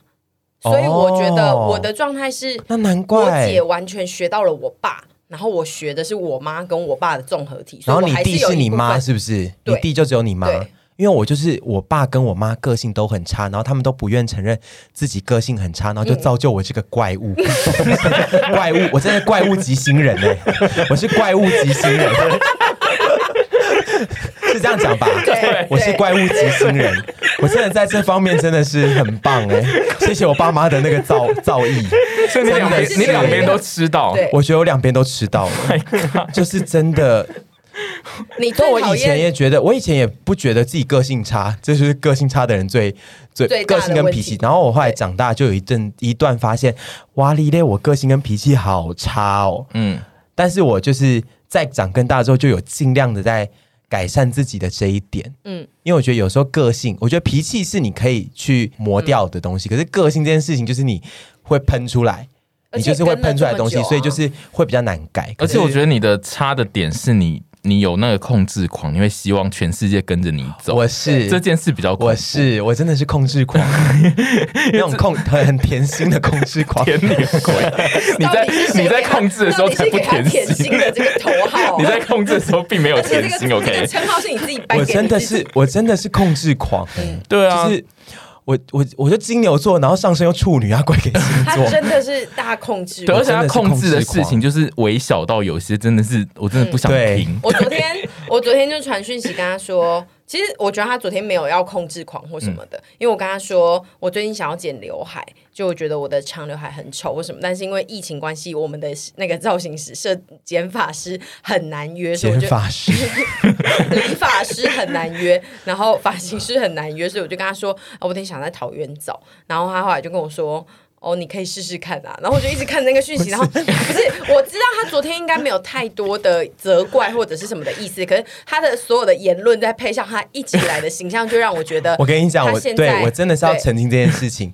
[SPEAKER 1] 所以我觉得我的状态是，
[SPEAKER 2] 哦那难
[SPEAKER 1] 我
[SPEAKER 2] 怪
[SPEAKER 1] 姐。完全学到了我爸，然后我学的是我妈跟我爸的综合体。所
[SPEAKER 2] 然
[SPEAKER 1] 以
[SPEAKER 2] 后
[SPEAKER 1] 我
[SPEAKER 2] 你
[SPEAKER 1] 还
[SPEAKER 2] 弟
[SPEAKER 1] 有
[SPEAKER 2] 是
[SPEAKER 1] 一
[SPEAKER 2] 你
[SPEAKER 1] 部分
[SPEAKER 2] 妈是不是？你
[SPEAKER 1] 对
[SPEAKER 2] 弟就只有你妈
[SPEAKER 1] 对。
[SPEAKER 2] 因为我就是我爸跟我妈个性都很差，然后他们都不愿承认自己个性很差，然后就造就我这个怪 物，怪物，我真的怪物级新人哎、我是怪物级 新人，是这样讲吧？
[SPEAKER 1] 对
[SPEAKER 2] 我是怪物级新人，我真的在这方面真的是很棒哎、谢谢我爸妈的那个造造诣。
[SPEAKER 3] 所以你
[SPEAKER 1] 真
[SPEAKER 3] 两边
[SPEAKER 1] 的是
[SPEAKER 3] 你两边都吃到，
[SPEAKER 1] 对 Oh
[SPEAKER 2] 我觉得我两边都吃到了，就是真的。
[SPEAKER 1] 你
[SPEAKER 2] 但
[SPEAKER 1] 最
[SPEAKER 2] 我
[SPEAKER 1] 讨
[SPEAKER 2] 以前
[SPEAKER 1] 厌
[SPEAKER 2] 也觉得，我以前也不觉得自己个性差，这就是个性差的人最最
[SPEAKER 1] 最大的
[SPEAKER 2] 个性跟脾
[SPEAKER 1] 问
[SPEAKER 2] 气。
[SPEAKER 1] 题
[SPEAKER 2] 然后我后来长大，就有一阵一段发现，哇哩嘞，我个性跟脾气好差哦。
[SPEAKER 3] 嗯，
[SPEAKER 2] 但是我就是在长更大之后，就有尽量的在改善自己的这一点。
[SPEAKER 1] 嗯
[SPEAKER 2] 嗯，因为我觉得有时候个性，我觉得脾气是你可以去磨掉的
[SPEAKER 1] 嗯
[SPEAKER 2] 东西，可是个性这件事情就是你会喷出来，
[SPEAKER 1] 而
[SPEAKER 2] 你
[SPEAKER 1] 且
[SPEAKER 2] 就是会
[SPEAKER 1] 跟了
[SPEAKER 2] 喷出来的
[SPEAKER 1] 这么
[SPEAKER 2] 东西，
[SPEAKER 1] 久啊
[SPEAKER 2] 所以就是会比较难改。
[SPEAKER 3] 而且
[SPEAKER 2] 可是
[SPEAKER 3] 我觉得你的差的点是你你有那个控制狂，你会希望全世界跟着你走，
[SPEAKER 2] 我是
[SPEAKER 3] 这件事比较恐怖
[SPEAKER 2] 我是我真的是控制 狂，那种控很很甜心的控制狂。
[SPEAKER 3] 甜你的鬼，你
[SPEAKER 1] 到
[SPEAKER 3] 在
[SPEAKER 1] 底是谁
[SPEAKER 3] 你在
[SPEAKER 1] 给他
[SPEAKER 3] 控制的时候才不
[SPEAKER 1] 到底是给他
[SPEAKER 3] 甜
[SPEAKER 1] 甜
[SPEAKER 3] 心，
[SPEAKER 1] 心的这个头号，
[SPEAKER 3] 你在控制的时候并没有
[SPEAKER 1] 而且
[SPEAKER 3] 甜
[SPEAKER 1] 这个
[SPEAKER 3] 心
[SPEAKER 1] 这
[SPEAKER 3] ，OK
[SPEAKER 1] 个。称号是你自己颁
[SPEAKER 2] 我
[SPEAKER 1] 给你
[SPEAKER 2] 真的
[SPEAKER 1] 自己
[SPEAKER 2] 是，我真的是控制狂、
[SPEAKER 1] 嗯
[SPEAKER 2] 欸，
[SPEAKER 3] 对啊
[SPEAKER 2] 就是我我我就金牛座，然后上升又处女啊，怪给星
[SPEAKER 1] 他
[SPEAKER 2] 座。
[SPEAKER 1] 真的是大控制
[SPEAKER 3] 对，
[SPEAKER 1] 我。
[SPEAKER 3] 而且
[SPEAKER 2] 我
[SPEAKER 3] 他
[SPEAKER 2] 真的是
[SPEAKER 3] 控制的
[SPEAKER 2] 控制
[SPEAKER 3] 事
[SPEAKER 2] 狂
[SPEAKER 3] 情就是微小到有些真的是我真的不想
[SPEAKER 2] 对
[SPEAKER 3] 听，
[SPEAKER 1] 我昨天我昨天就传讯息跟他说，其实我觉得他昨天没有要控制狂或什么的，因为我跟他说我最近想要剪刘海，就我觉得我的长刘海很丑或什么，但是因为疫情关系，我们的那个造型师、设剪发师很难约，所以我
[SPEAKER 2] 剪
[SPEAKER 1] 就
[SPEAKER 2] 发师，
[SPEAKER 1] 理发师很难约， 然后发型师很难约，所以我就跟他说，啊、我有点想在桃园找，然后他后来就跟我说。哦，你可以试试看啊！然后我就一直看那个 讯息，然后不是，我知道他昨天应该没有太多的责怪或者是什么的意思，可是他的所有的言论再配上他一直以来的形象，就让我觉得
[SPEAKER 2] 我跟你讲，
[SPEAKER 1] 他
[SPEAKER 2] 我
[SPEAKER 1] 现在
[SPEAKER 2] 对我真的是要
[SPEAKER 1] 对
[SPEAKER 2] 澄清这件事情。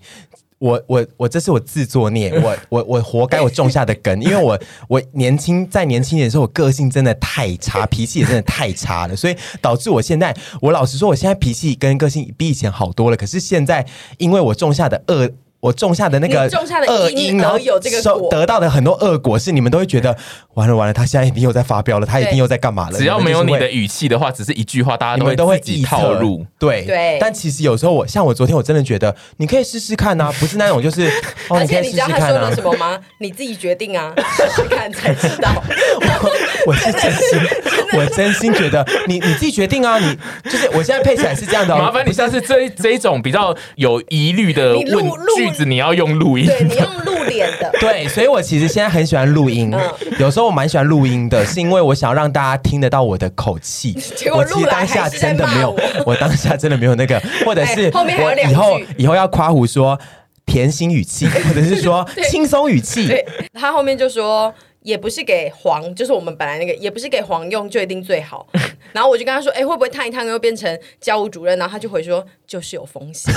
[SPEAKER 2] 我我我这是我自作孽，我我我活该我种下的根，因为我我年轻在年轻一点的时候，我个性真的太差，脾气也真的太差了，所以导致我现在，我老实说，我现在脾气跟个性比以前好多了。可是现在因为我种下的恶。我种下的那个
[SPEAKER 1] 你种下的
[SPEAKER 2] 恶
[SPEAKER 1] 因
[SPEAKER 2] 因，然后
[SPEAKER 1] 而有这个
[SPEAKER 2] 收
[SPEAKER 1] 果
[SPEAKER 2] 得到的很多恶果是你们都会觉得完了完了，他现在一定又在发飙了，他一定
[SPEAKER 1] 对
[SPEAKER 2] 又在干嘛了。
[SPEAKER 3] 只要
[SPEAKER 2] 们
[SPEAKER 3] 没有
[SPEAKER 2] 就是
[SPEAKER 3] 你
[SPEAKER 2] 会
[SPEAKER 3] 的语气的话，只是一句话，大
[SPEAKER 2] 你
[SPEAKER 3] 家
[SPEAKER 2] 们都会
[SPEAKER 3] 自
[SPEAKER 2] 臆
[SPEAKER 3] 己
[SPEAKER 2] 测
[SPEAKER 3] 套路。，
[SPEAKER 2] 对
[SPEAKER 1] 对
[SPEAKER 2] 但其实有时候我像我昨天，我真的觉得你可以试试 看啊，不是那种就是哦，
[SPEAKER 1] 而
[SPEAKER 2] 你可
[SPEAKER 1] 且你
[SPEAKER 2] 以试
[SPEAKER 1] 知
[SPEAKER 2] 试
[SPEAKER 1] 道他
[SPEAKER 2] 看
[SPEAKER 1] 说
[SPEAKER 2] 啊
[SPEAKER 1] 了。什么吗？你自己决定啊，试试看才知 道。
[SPEAKER 2] 我是真心，我真心觉得你你自己决定啊，你就是我现在配起来是这样的、哦，
[SPEAKER 3] 麻烦你下次这这一 种比较有疑虑的
[SPEAKER 1] 你录
[SPEAKER 3] 问
[SPEAKER 1] 录
[SPEAKER 3] 句子，你要用录音。
[SPEAKER 1] 对你 用露脸的，
[SPEAKER 2] 对，所以我其实现在很喜欢录音
[SPEAKER 1] 嗯，
[SPEAKER 2] 有时候我蛮喜欢录音的，是因为我想要让大家听得到我的口气。
[SPEAKER 1] 结果
[SPEAKER 2] 我其
[SPEAKER 1] 录
[SPEAKER 2] 实
[SPEAKER 1] 了
[SPEAKER 2] 当下
[SPEAKER 1] 还是在
[SPEAKER 2] 真的
[SPEAKER 1] 骂
[SPEAKER 2] 没有
[SPEAKER 1] 我，
[SPEAKER 2] 我当下真的没有那个，或者
[SPEAKER 1] 哎
[SPEAKER 2] 是
[SPEAKER 1] 后面还有
[SPEAKER 2] 我
[SPEAKER 1] 两
[SPEAKER 2] 以后
[SPEAKER 1] 句
[SPEAKER 2] 以后要 夸 胡说甜心语气，或者是说轻松语气，
[SPEAKER 1] 对他后面就说也不是给黄，就是我们本来那个，也不是给黄用就一定最 好。然后我就跟他说，哎、会不会烫一烫又变成教务主任？然后他就回说，就是有风险。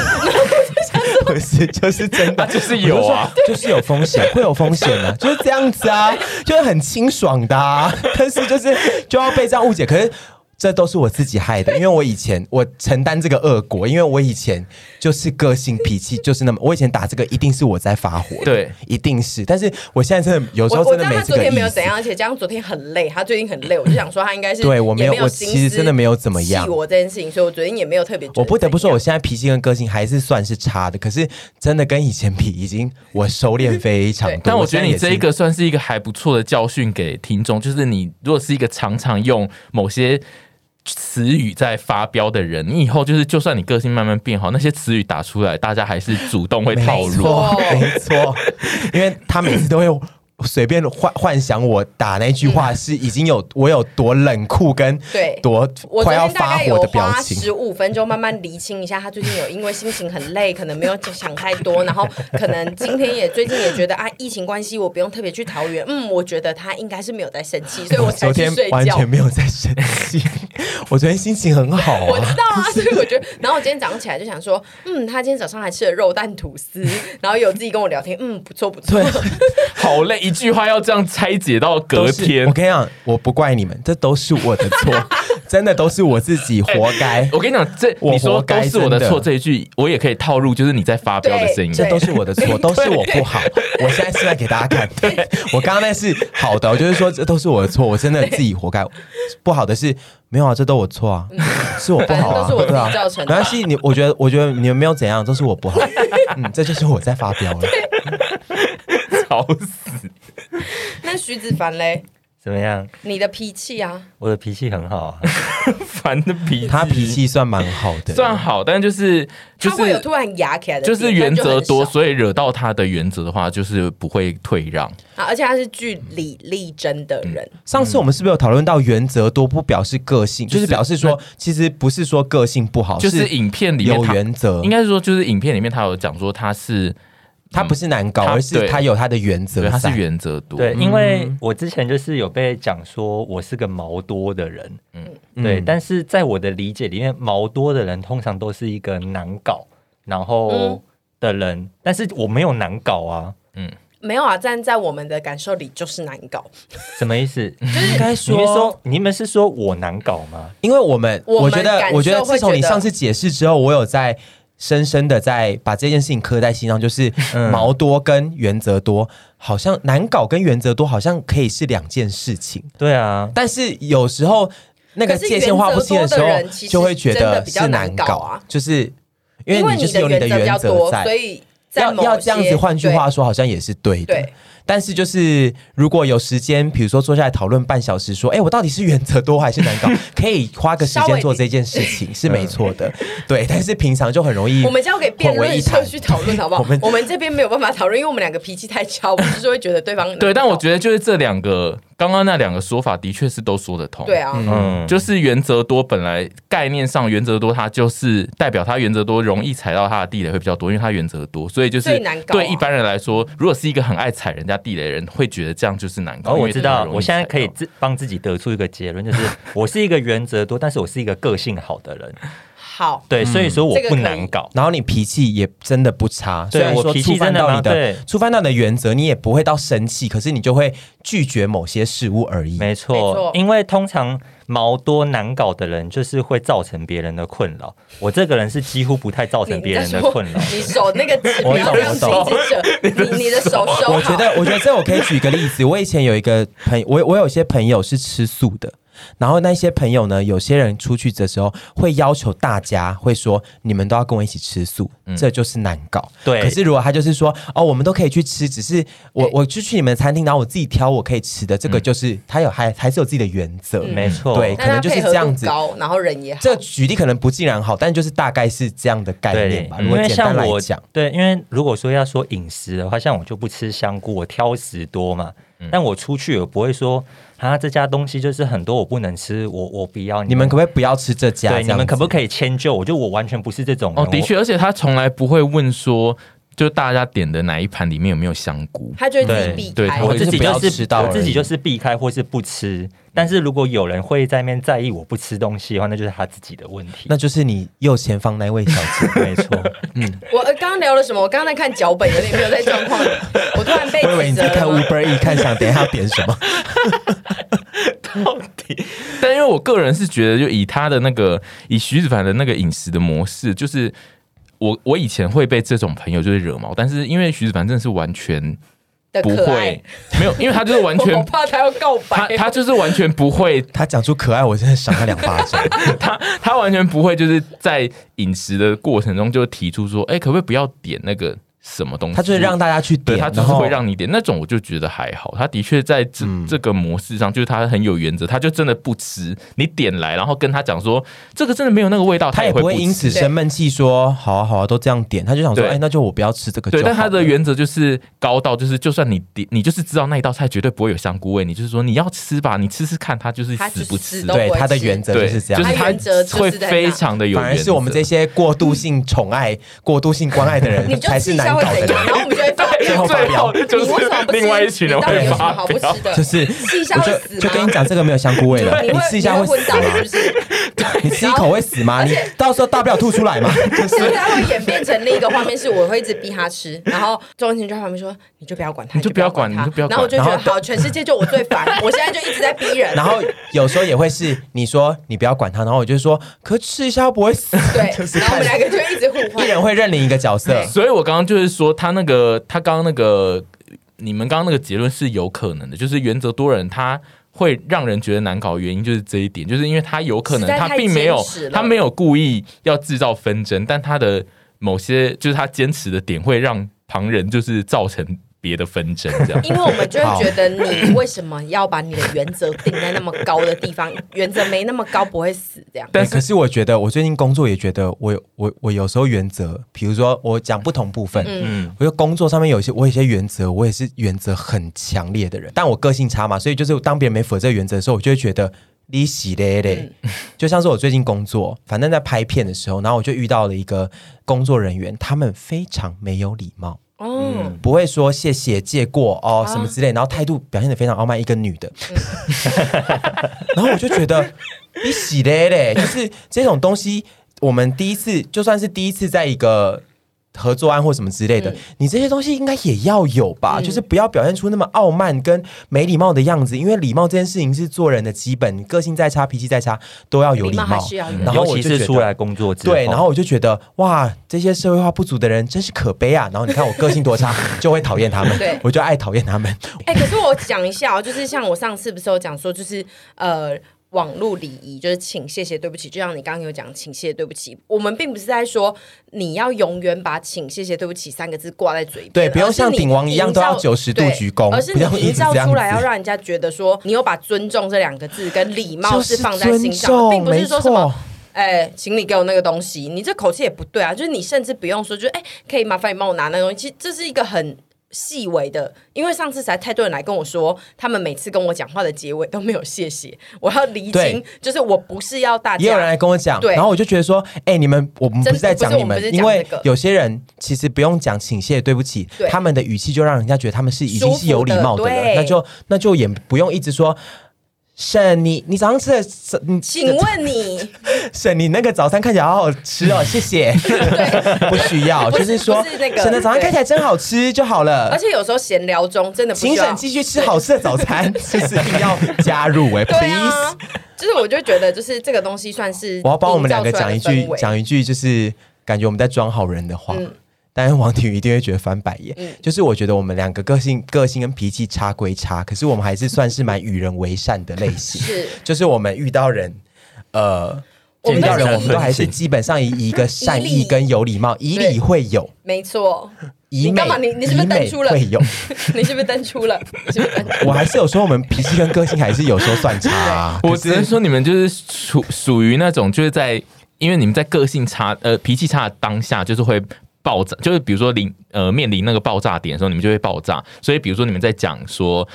[SPEAKER 2] 不 是，就是真的，
[SPEAKER 3] 就是有啊
[SPEAKER 2] 我 就说，就是有风险，会有风险 的、就是这样子啊，就是很清爽的、啊， 但是就是就要被这样误解，可是。这都是我自己害的， 因为我以前我承担这个恶果，因为我以前就是个性脾气就是那么，我以前打这个一定是我在发火，
[SPEAKER 3] 对，
[SPEAKER 2] 一定是，但是我现在真的有时
[SPEAKER 1] 我
[SPEAKER 2] 候
[SPEAKER 1] 我
[SPEAKER 2] 真
[SPEAKER 1] 知道
[SPEAKER 2] 的没
[SPEAKER 1] 他
[SPEAKER 2] 这
[SPEAKER 1] 昨
[SPEAKER 2] 个
[SPEAKER 1] 天没
[SPEAKER 2] 意
[SPEAKER 1] 有
[SPEAKER 2] 思
[SPEAKER 1] 怎，样，而且加上昨天很累，他最近很累，我就想说他应该是
[SPEAKER 2] 对我没
[SPEAKER 1] 没
[SPEAKER 2] 有我
[SPEAKER 1] 心
[SPEAKER 2] 其实
[SPEAKER 1] 思
[SPEAKER 2] 真的没有怎么样
[SPEAKER 1] 记我这件事情，所以我昨天也没有特别觉得
[SPEAKER 2] 我不得不说，我
[SPEAKER 1] 怎样
[SPEAKER 2] 现在脾气跟个性还是算是差的，可是真的跟以前比，已经我 收敛非常多。
[SPEAKER 3] 但我觉得你这一
[SPEAKER 2] 个。
[SPEAKER 3] 个算是一个还不错的教训给听众，就是你如果是一个常常用某些词语在发飙的人，你以后就是就算你个性慢慢变好，那些词语打出来，大家还是主动会套
[SPEAKER 2] 没
[SPEAKER 3] 路。
[SPEAKER 2] 错，
[SPEAKER 1] 哦
[SPEAKER 2] 没错，因为他每次都会随便幻幻想我打那句话是已经有我有多冷酷跟
[SPEAKER 1] 嗯对
[SPEAKER 2] 多
[SPEAKER 1] 我昨
[SPEAKER 2] 快要
[SPEAKER 1] 天大
[SPEAKER 2] 发
[SPEAKER 1] 概
[SPEAKER 2] 火
[SPEAKER 1] 有
[SPEAKER 2] 的表
[SPEAKER 1] 花
[SPEAKER 2] 情
[SPEAKER 1] 十。五分钟慢慢厘清一下，他最近有因为心情很累，可能没有想太多，然后可能今天也最近也觉得啊，疫情关系我不用特别去桃园，嗯，我觉得他应该是没有在生气，所以
[SPEAKER 2] 我
[SPEAKER 1] 才
[SPEAKER 2] 昨
[SPEAKER 1] 去
[SPEAKER 2] 天
[SPEAKER 1] 睡
[SPEAKER 2] 完
[SPEAKER 1] 觉
[SPEAKER 2] 全。没有在生气，我昨天心情很好
[SPEAKER 1] 我知
[SPEAKER 2] 啊。
[SPEAKER 1] 道啊，所以我觉得，然后我今天早上起来就想说，嗯，他今天早上还吃了肉蛋吐司，然后有自己跟我聊天，嗯，不错不错
[SPEAKER 2] 对，
[SPEAKER 3] 好累，一句话要这样拆解到隔
[SPEAKER 2] 都是
[SPEAKER 3] 天
[SPEAKER 2] 我。跟你讲，我不怪你们，这都是我的 错，真的都是我自己活
[SPEAKER 1] 哎
[SPEAKER 2] 该。
[SPEAKER 3] 我跟你讲，这
[SPEAKER 2] 我
[SPEAKER 3] 你说
[SPEAKER 2] 活
[SPEAKER 3] 都
[SPEAKER 2] 该
[SPEAKER 3] 是我的
[SPEAKER 2] 真的
[SPEAKER 3] 错这一句，我也可以套入，就是你在发飙的声音。
[SPEAKER 1] 对
[SPEAKER 2] 这都是我的错，都是我不好。我现在是在给大家看，对 我刚刚那是好的，我就是说这都是我的错，我真的自己活该。不好的是没有啊，这都我错啊，是我不好
[SPEAKER 1] 反正都
[SPEAKER 2] 啊，
[SPEAKER 1] 是我自己
[SPEAKER 2] 对啊
[SPEAKER 1] 造成，的
[SPEAKER 2] 没关系。你我觉得，我觉得你们没有怎样，都是我不好。嗯，这就是我在发飙了。
[SPEAKER 3] 吵死！
[SPEAKER 1] 那徐子凡嘞，
[SPEAKER 4] 怎么样？
[SPEAKER 1] 你的脾气啊，
[SPEAKER 4] 我的脾气很好啊，
[SPEAKER 3] 烦的脾气，
[SPEAKER 2] 他脾气算蛮好的，
[SPEAKER 3] 算好，但就是就
[SPEAKER 1] 他会有
[SPEAKER 3] 是
[SPEAKER 1] 突然牙起来的
[SPEAKER 3] 就
[SPEAKER 1] 点，
[SPEAKER 3] 是原
[SPEAKER 1] 他
[SPEAKER 3] 则多，
[SPEAKER 1] 就很少
[SPEAKER 3] 所以惹到他的原则的话，就是不会退让。
[SPEAKER 1] 啊，而且他是据理力争的人，
[SPEAKER 2] 上次我们是不是有讨论到原则多不表示个性，就是表示说其实不是说个性不
[SPEAKER 4] 哦
[SPEAKER 2] 好，
[SPEAKER 3] 就是影片里面
[SPEAKER 2] 有
[SPEAKER 3] 他
[SPEAKER 2] 原则
[SPEAKER 3] 应，该是说就是影片里面他有讲说他是
[SPEAKER 2] 他不是难搞，
[SPEAKER 3] 他
[SPEAKER 2] 而是
[SPEAKER 3] 对
[SPEAKER 2] 他有他的原则
[SPEAKER 3] 对
[SPEAKER 2] 在，
[SPEAKER 3] 他是原则多，
[SPEAKER 4] 对，
[SPEAKER 3] 嗯
[SPEAKER 4] 因为我之前就是有被讲说我是个毛多的人，嗯，对，
[SPEAKER 2] 嗯
[SPEAKER 4] 但是在我的理解里面，毛多的人通常都是一个难搞，然后
[SPEAKER 1] 嗯
[SPEAKER 4] 的人，但是我没有难搞啊，
[SPEAKER 1] 没有啊，站在我们的感受里就是难搞，
[SPEAKER 4] 什么意思？
[SPEAKER 2] 应该
[SPEAKER 4] 你们说你们是说我难搞吗？
[SPEAKER 2] 因为我们，
[SPEAKER 1] 我
[SPEAKER 2] 我
[SPEAKER 1] 们
[SPEAKER 2] 觉得
[SPEAKER 1] 感，受
[SPEAKER 2] 我觉得
[SPEAKER 1] 会
[SPEAKER 2] 自从你
[SPEAKER 1] 觉得
[SPEAKER 2] 上次解释之后，我有在深深的在把这件事情刻在心 上，就是毛多跟原则多，好像难搞跟原则多好像可以是两件事情，
[SPEAKER 4] 对啊，
[SPEAKER 2] 但是有时候那个
[SPEAKER 1] 可是
[SPEAKER 2] 界限划不清时候
[SPEAKER 1] 原则多的人其，实
[SPEAKER 2] 就会觉
[SPEAKER 1] 真的
[SPEAKER 2] 得
[SPEAKER 1] 比较
[SPEAKER 2] 是
[SPEAKER 1] 难
[SPEAKER 2] 难搞
[SPEAKER 1] 搞啊
[SPEAKER 2] 就是因
[SPEAKER 1] 因
[SPEAKER 2] 为你
[SPEAKER 1] 你
[SPEAKER 2] 就是有你
[SPEAKER 1] 原
[SPEAKER 2] 的
[SPEAKER 1] 则比
[SPEAKER 2] 原
[SPEAKER 1] 较
[SPEAKER 2] 则
[SPEAKER 1] 多，
[SPEAKER 2] 在，
[SPEAKER 1] 所以在
[SPEAKER 2] 要
[SPEAKER 1] 某
[SPEAKER 2] 要这样子，
[SPEAKER 1] 些
[SPEAKER 2] 换句话说，好像也是对的。
[SPEAKER 1] 对
[SPEAKER 2] 但是就是，如果有时间，比如说坐下来讨论半小时，说，哎、我到底是原则多还是难搞？ 可以花个时
[SPEAKER 1] 稍
[SPEAKER 2] 间
[SPEAKER 1] 微
[SPEAKER 2] 做这件事情是没错的，对。但是平常就很容易，
[SPEAKER 1] 对我们交给辩
[SPEAKER 2] 混为
[SPEAKER 1] 论
[SPEAKER 2] 一
[SPEAKER 1] 社
[SPEAKER 2] 谈
[SPEAKER 1] 去讨论好不好？
[SPEAKER 2] 我们
[SPEAKER 1] 我们这边没有办法讨论，因为我们两个脾气太差，我们就是会觉得对方难搞
[SPEAKER 3] 对，但我觉得就是这两个刚刚那两个说法的确是都说得通，
[SPEAKER 1] 对。啊，
[SPEAKER 4] 嗯，
[SPEAKER 3] 就是原则多，本来概念上原则多，它就是代表它原则多容易踩到它的地雷会比较多，因为它原则多，所以就是
[SPEAKER 1] 最难搞啊
[SPEAKER 3] 对一般人来说，如果是一个很爱踩人家地雷的人，会觉得这样就是难搞。
[SPEAKER 4] 然后
[SPEAKER 3] 因
[SPEAKER 4] 哦我
[SPEAKER 3] 为
[SPEAKER 4] 知
[SPEAKER 3] 它
[SPEAKER 4] 道，
[SPEAKER 3] 容易
[SPEAKER 4] 我现在
[SPEAKER 3] 踩到
[SPEAKER 4] 可以自帮自己得出一个结论，就是我是一个原则多，但是我是一个个性好的人，
[SPEAKER 1] 好，
[SPEAKER 4] 对，
[SPEAKER 3] 嗯
[SPEAKER 4] 所以说我
[SPEAKER 1] 这个
[SPEAKER 4] 不
[SPEAKER 1] 可以
[SPEAKER 4] 难搞。
[SPEAKER 2] 然后你脾气也真的不差，虽
[SPEAKER 4] 对
[SPEAKER 2] 然
[SPEAKER 4] 我
[SPEAKER 2] 说
[SPEAKER 4] 脾气
[SPEAKER 2] 触犯
[SPEAKER 4] 真的
[SPEAKER 2] 到
[SPEAKER 4] 蛮
[SPEAKER 2] 你的
[SPEAKER 4] 对
[SPEAKER 2] 触犯到你的原则，你也不会到生气，可是你就会拒绝某些事物而已。
[SPEAKER 4] 没
[SPEAKER 1] 没
[SPEAKER 4] 错
[SPEAKER 1] 错，
[SPEAKER 4] 因为通常毛多难搞的人，就是会造成别人的困扰。我这个人是几乎不太造成
[SPEAKER 1] 你
[SPEAKER 4] 别
[SPEAKER 1] 在
[SPEAKER 4] 人的
[SPEAKER 1] 说。
[SPEAKER 4] 困扰
[SPEAKER 1] 你手那个指
[SPEAKER 2] 我
[SPEAKER 1] 不要
[SPEAKER 2] 懂
[SPEAKER 1] 这样
[SPEAKER 2] 我
[SPEAKER 1] 子
[SPEAKER 2] 懂
[SPEAKER 1] 一直扯，你你的手收好。
[SPEAKER 2] 我觉得，我觉得这我可以举一个例子。我以前有一个朋友，我我有些朋友是吃素的，然后那些朋友呢，有些人出去的时候会要求大家会说，你们都要跟我一起吃素，这就是难搞。
[SPEAKER 4] 嗯对
[SPEAKER 2] 可是如果他就是说，哦，我们都可以去吃，只是我我就去你们的餐厅，然后我自己挑我可以吃的，这
[SPEAKER 4] 嗯
[SPEAKER 2] 个就是、他有还还是有自己的原则。
[SPEAKER 1] 嗯
[SPEAKER 4] 没错，
[SPEAKER 2] 对
[SPEAKER 1] 但他
[SPEAKER 2] 可能就是
[SPEAKER 1] 配合
[SPEAKER 2] 这样
[SPEAKER 1] 度
[SPEAKER 2] 子
[SPEAKER 1] 高，然后人也好，
[SPEAKER 2] 这举例可能不尽然好，但就是大概是这样的概念
[SPEAKER 4] 对
[SPEAKER 2] 吧。，如
[SPEAKER 4] 因
[SPEAKER 2] 果
[SPEAKER 4] 为
[SPEAKER 2] 简
[SPEAKER 4] 像
[SPEAKER 2] 单来
[SPEAKER 4] 我
[SPEAKER 2] 讲，
[SPEAKER 4] 对，因为如果说要说饮食的话，像我就不吃香菇，我挑食多嘛。
[SPEAKER 2] 嗯
[SPEAKER 4] 但我出去我不会说啊，这家东西就是很多我不能吃，我我不要。
[SPEAKER 2] 你们可不可以不要吃这家？
[SPEAKER 4] 对，
[SPEAKER 2] 这
[SPEAKER 4] 你
[SPEAKER 2] 样
[SPEAKER 4] 们可
[SPEAKER 2] 子哦
[SPEAKER 4] 不可以迁就我？就我完全不是这种人
[SPEAKER 3] 哦，的，确，而且他从来不会问说就大家点的哪一盘里面有没有香菇。
[SPEAKER 1] 他就会自己
[SPEAKER 4] 对
[SPEAKER 1] 避
[SPEAKER 3] 对
[SPEAKER 1] 开
[SPEAKER 3] 他。
[SPEAKER 4] 我
[SPEAKER 3] 会
[SPEAKER 4] 自己
[SPEAKER 2] 我就是
[SPEAKER 4] 就
[SPEAKER 2] 不要吃
[SPEAKER 4] 是
[SPEAKER 2] 到而已
[SPEAKER 4] 我自己就是避开或是不吃，但是如果有人会在那边在意我不吃东西的话，那就是他自己的问题。
[SPEAKER 2] 那就是你右前方那位小姐。
[SPEAKER 4] 没错，
[SPEAKER 1] 我呃刚刚聊了什么？我刚刚在看脚本，有点没有在状 况里。我突然被
[SPEAKER 2] 我以为
[SPEAKER 1] 指
[SPEAKER 2] 你
[SPEAKER 1] 责
[SPEAKER 2] 在 看
[SPEAKER 1] 了吗。
[SPEAKER 2] Uber E，看想等一下要点什么。
[SPEAKER 3] 但因为我个人是觉得，就以他的那个，以徐子凡的那个饮食的模式，就是我我以前会被这种朋友就是惹毛，但是因为徐子凡真的是完全
[SPEAKER 1] 的
[SPEAKER 3] 不
[SPEAKER 1] 可爱
[SPEAKER 3] 会，，没有，因为他就是 完
[SPEAKER 1] 我好
[SPEAKER 3] 全。
[SPEAKER 1] 怕他要告
[SPEAKER 3] 他
[SPEAKER 1] 白。
[SPEAKER 3] 他就是完全不会，
[SPEAKER 2] 他讲出可爱，我真的赏他两巴掌。
[SPEAKER 3] 他他完全不会，就是在饮食的过程中就提出说，哎、可不可以不要点那个什么东西？
[SPEAKER 2] 他就是让大家去
[SPEAKER 3] 对
[SPEAKER 2] 点，
[SPEAKER 3] 他就是
[SPEAKER 2] 然后嗯
[SPEAKER 3] 会让你点那种，我就觉得还好。他的确在这、这个模式上，就是他很有原则，他就真的不吃。你点来，然后跟他讲说这个真的没有那个味道，
[SPEAKER 2] 他
[SPEAKER 3] 也
[SPEAKER 2] 也不会
[SPEAKER 3] 吃
[SPEAKER 2] 因此生闷气说好啊好啊都这样点，他就想说
[SPEAKER 3] 对
[SPEAKER 2] 哎那就我不要吃这个就
[SPEAKER 3] 对，
[SPEAKER 2] 好了。
[SPEAKER 3] 但他的原则就是高到，就是就算你点，你就是知道那一道菜绝对不会有香菇味，你就是说你要吃吧，你吃吃看，他就是
[SPEAKER 1] 他
[SPEAKER 3] 死
[SPEAKER 1] 就
[SPEAKER 3] 不
[SPEAKER 1] 死
[SPEAKER 3] 吃。
[SPEAKER 1] 都
[SPEAKER 2] 对
[SPEAKER 1] 不会
[SPEAKER 2] 他的
[SPEAKER 1] 吃
[SPEAKER 2] 原则
[SPEAKER 3] 对，
[SPEAKER 2] 就
[SPEAKER 3] 就是
[SPEAKER 2] 这样。
[SPEAKER 1] 他原则就是
[SPEAKER 3] 会
[SPEAKER 1] 在那
[SPEAKER 3] 非常的有原则，
[SPEAKER 2] 反而是我们这些过度性宠爱、过度性关爱的 人
[SPEAKER 1] 你就
[SPEAKER 2] 才
[SPEAKER 1] 吃
[SPEAKER 2] 是
[SPEAKER 1] 一
[SPEAKER 2] 难
[SPEAKER 1] 下会
[SPEAKER 2] 搞的
[SPEAKER 1] 怎样？
[SPEAKER 2] 人。
[SPEAKER 1] 然后我们就会发
[SPEAKER 3] 最
[SPEAKER 1] 飙。
[SPEAKER 2] 后发飙
[SPEAKER 1] 你
[SPEAKER 3] 就是
[SPEAKER 1] 为什么不吃？
[SPEAKER 3] 另外一群人
[SPEAKER 1] 你到底有
[SPEAKER 3] 会
[SPEAKER 1] 什么
[SPEAKER 3] 发
[SPEAKER 1] 好不
[SPEAKER 3] 飙
[SPEAKER 1] 吃。的？
[SPEAKER 2] 就是，
[SPEAKER 1] 吃一下
[SPEAKER 2] 我
[SPEAKER 1] 会
[SPEAKER 2] 就
[SPEAKER 1] 死吗？
[SPEAKER 2] 就跟你讲，这个没有香菇味了，
[SPEAKER 1] 你会
[SPEAKER 2] 吃一下
[SPEAKER 1] 你
[SPEAKER 2] 会
[SPEAKER 1] 会
[SPEAKER 2] 死啊
[SPEAKER 1] 到是
[SPEAKER 2] 吗
[SPEAKER 1] 不？是？
[SPEAKER 2] 你吃一口会死吗？你到时候大不了吐出来嘛。
[SPEAKER 1] 现在会演变成另一个画面，是我会一直逼他吃，然后周文晴就在旁边说：“你就不要管他，
[SPEAKER 3] 你就不要管
[SPEAKER 1] 他
[SPEAKER 3] 你就不要
[SPEAKER 1] 然
[SPEAKER 3] 管
[SPEAKER 1] 后我就觉
[SPEAKER 2] 然
[SPEAKER 1] 得
[SPEAKER 2] 后
[SPEAKER 1] 好，全世界就我最烦，我现在就一直在逼 人。
[SPEAKER 2] 然后有时候也会是你说你不要管他，然后我就说可吃一下不会死，
[SPEAKER 1] 对
[SPEAKER 2] 就是，
[SPEAKER 1] 然后我
[SPEAKER 2] 看
[SPEAKER 1] 们两个就一直互
[SPEAKER 2] 一
[SPEAKER 1] 换。
[SPEAKER 2] 人会认领一个 角色
[SPEAKER 1] 对。
[SPEAKER 3] 所以我刚刚就是说，他那个，他刚刚那个，你们刚刚那个结论是有可能的，就是原则多人他。会让人觉得难搞，原因就是这一点，就是因为他有可能
[SPEAKER 1] 实在
[SPEAKER 3] 他
[SPEAKER 1] 太
[SPEAKER 3] 并没有
[SPEAKER 1] 坚持了
[SPEAKER 3] 他没有故意要制造纷争，但他的某些就是他坚持的点会让旁人就是造成别的纷争，这样
[SPEAKER 1] 因为我们就会觉得你为什么要把你的原则定在那么高的地方？原则没那么高，不会死这样。
[SPEAKER 3] 但。
[SPEAKER 2] 欸可是我觉得，我最近工作也觉得我，有我我有时候原则，比如说我讲不同部分，嗯，我觉得工作上面有一些我有一些原则，我也是原则很强烈的人，但我个性差嘛，所以就是当别人没符合这个原则的时候，我就会觉得你洗嘞嘞。 就像是我最近工作，反正在拍片的时候，然后我就遇到了一个工作人员，他们非常没有礼貌。
[SPEAKER 1] 哦，
[SPEAKER 2] 不会说谢谢借过哦
[SPEAKER 1] 啊
[SPEAKER 2] 什么之类，然后态度表现的非常傲慢，一个女的， 然后我就觉得你洗嘞嘞，就是这种东西，我们第一次就算是第一次在一个。合作案或什么之类的，你这些东西应该也要有吧？
[SPEAKER 1] 嗯
[SPEAKER 2] 就是不要表现出那么傲慢跟没礼貌的样子，因为礼貌这件事情是做人的基本，个性再差，脾气再差，都要有
[SPEAKER 1] 礼
[SPEAKER 2] 礼
[SPEAKER 1] 貌还
[SPEAKER 2] 貌嗯
[SPEAKER 1] 是。要有。
[SPEAKER 2] 然后
[SPEAKER 4] 尤
[SPEAKER 2] 我
[SPEAKER 4] 其
[SPEAKER 2] 就是觉得
[SPEAKER 4] 出来工作之后，
[SPEAKER 2] 对，然后我就觉得哇，这些社会化不足的人真是可悲啊！然后你看我个性 多差，就会讨厌他们，
[SPEAKER 1] 对
[SPEAKER 2] 我就爱讨厌他们。
[SPEAKER 1] 哎、可是我讲一下哦，就是像我上次不是有讲说，就是呃。网络礼仪就是请、谢谢、对不起，就像你刚刚有讲，请、谢谢、对不起。我们并不是在说你要永远把请、谢谢、对不起三个字挂在嘴边，
[SPEAKER 2] 对不用
[SPEAKER 1] 而是
[SPEAKER 2] 像
[SPEAKER 1] 你
[SPEAKER 2] 鼎王一样
[SPEAKER 1] 营造
[SPEAKER 2] 都要90度
[SPEAKER 1] 对
[SPEAKER 2] 鞠躬
[SPEAKER 1] 而是
[SPEAKER 2] 不要
[SPEAKER 1] 你
[SPEAKER 2] 一
[SPEAKER 1] 营
[SPEAKER 2] 直
[SPEAKER 1] 造
[SPEAKER 2] 这样
[SPEAKER 1] 出来
[SPEAKER 2] 子
[SPEAKER 1] 要让人家觉得说你有把尊重这两个字跟礼貌
[SPEAKER 2] 就是
[SPEAKER 1] 放在心上的，
[SPEAKER 2] 尊重
[SPEAKER 1] 并不是说什
[SPEAKER 2] 没错
[SPEAKER 1] 么。哎，请你给我那个东西，你这口气也不对啊！就是你甚至不用说，就是哎，可以麻烦你帮我拿那个东西。其实这是一个很细微的，因为上次实在太多人来跟我说，他们每次跟我讲话的结尾都没有谢谢，我要 厘清
[SPEAKER 2] 对，
[SPEAKER 1] 就是我不是要大
[SPEAKER 2] 也有人
[SPEAKER 1] 家
[SPEAKER 2] 来跟我讲，
[SPEAKER 1] 对
[SPEAKER 2] 然后我就觉得说，哎、你们我们不是在讲你们，
[SPEAKER 1] 真不是我们不是讲
[SPEAKER 2] 因为
[SPEAKER 1] 这个
[SPEAKER 2] 有些人其实不用讲请谢对不起
[SPEAKER 1] 对，
[SPEAKER 2] 他们的语气就让人家觉得他们是已经是有礼貌
[SPEAKER 1] 舒服的
[SPEAKER 2] 人，
[SPEAKER 1] 对
[SPEAKER 2] 那就那就也不用一直说。沈，你你早上吃的沈，你
[SPEAKER 1] 请问你，
[SPEAKER 2] 沈，你那个早餐看起来好好吃哦，谢谢。 不需要，
[SPEAKER 1] 不
[SPEAKER 2] 就是是说
[SPEAKER 1] 不是那个
[SPEAKER 2] 沈的早餐看起来真好吃就好了
[SPEAKER 1] 而。且有时候闲聊中真的不需
[SPEAKER 2] 请
[SPEAKER 1] 要
[SPEAKER 2] 沈，继续吃好吃的早餐， 就是一定要加入哎、p
[SPEAKER 1] 对
[SPEAKER 2] l e a s
[SPEAKER 1] 啊
[SPEAKER 2] e，
[SPEAKER 1] 就是我就觉得就是这个东西算是
[SPEAKER 2] 我要帮我们两个
[SPEAKER 1] 营造出来
[SPEAKER 2] 讲
[SPEAKER 1] 的
[SPEAKER 2] 一句
[SPEAKER 1] 氛，围
[SPEAKER 2] 讲一句，就是感觉我们在装好人的话。
[SPEAKER 1] 嗯
[SPEAKER 2] 但是王庭宇一定会觉得翻白眼，
[SPEAKER 1] 嗯
[SPEAKER 2] 就是我觉得我们两个个性、个性跟脾气差归差，可是我们还是算是蛮与人为善的类型。
[SPEAKER 1] 是。
[SPEAKER 2] 就是我们遇到人，呃，
[SPEAKER 1] 我
[SPEAKER 2] 遇
[SPEAKER 1] 们
[SPEAKER 2] 到
[SPEAKER 1] 都
[SPEAKER 2] 人
[SPEAKER 1] 是
[SPEAKER 2] 我们 都还是基本上以以一个善
[SPEAKER 1] 以
[SPEAKER 2] 意
[SPEAKER 1] 礼
[SPEAKER 2] 跟有礼貌，以礼
[SPEAKER 1] 对
[SPEAKER 2] 会友，
[SPEAKER 1] 没错，
[SPEAKER 2] 以
[SPEAKER 1] 你
[SPEAKER 2] 美
[SPEAKER 1] 干嘛你你是不是登
[SPEAKER 2] 以美
[SPEAKER 1] 出了
[SPEAKER 2] 会友。
[SPEAKER 1] 你是不是登出了？ 你是不是登出了？
[SPEAKER 2] 我还是有时候我们脾气跟个性还是有时候算差、啊
[SPEAKER 3] 我只能说你们就是属属于那种就是在，因为你们在个性差呃脾气差的当下，就是会。爆炸呃就是比如说临呃面临那个爆炸点的时候，你们就会爆炸。所以比如说你们在讲说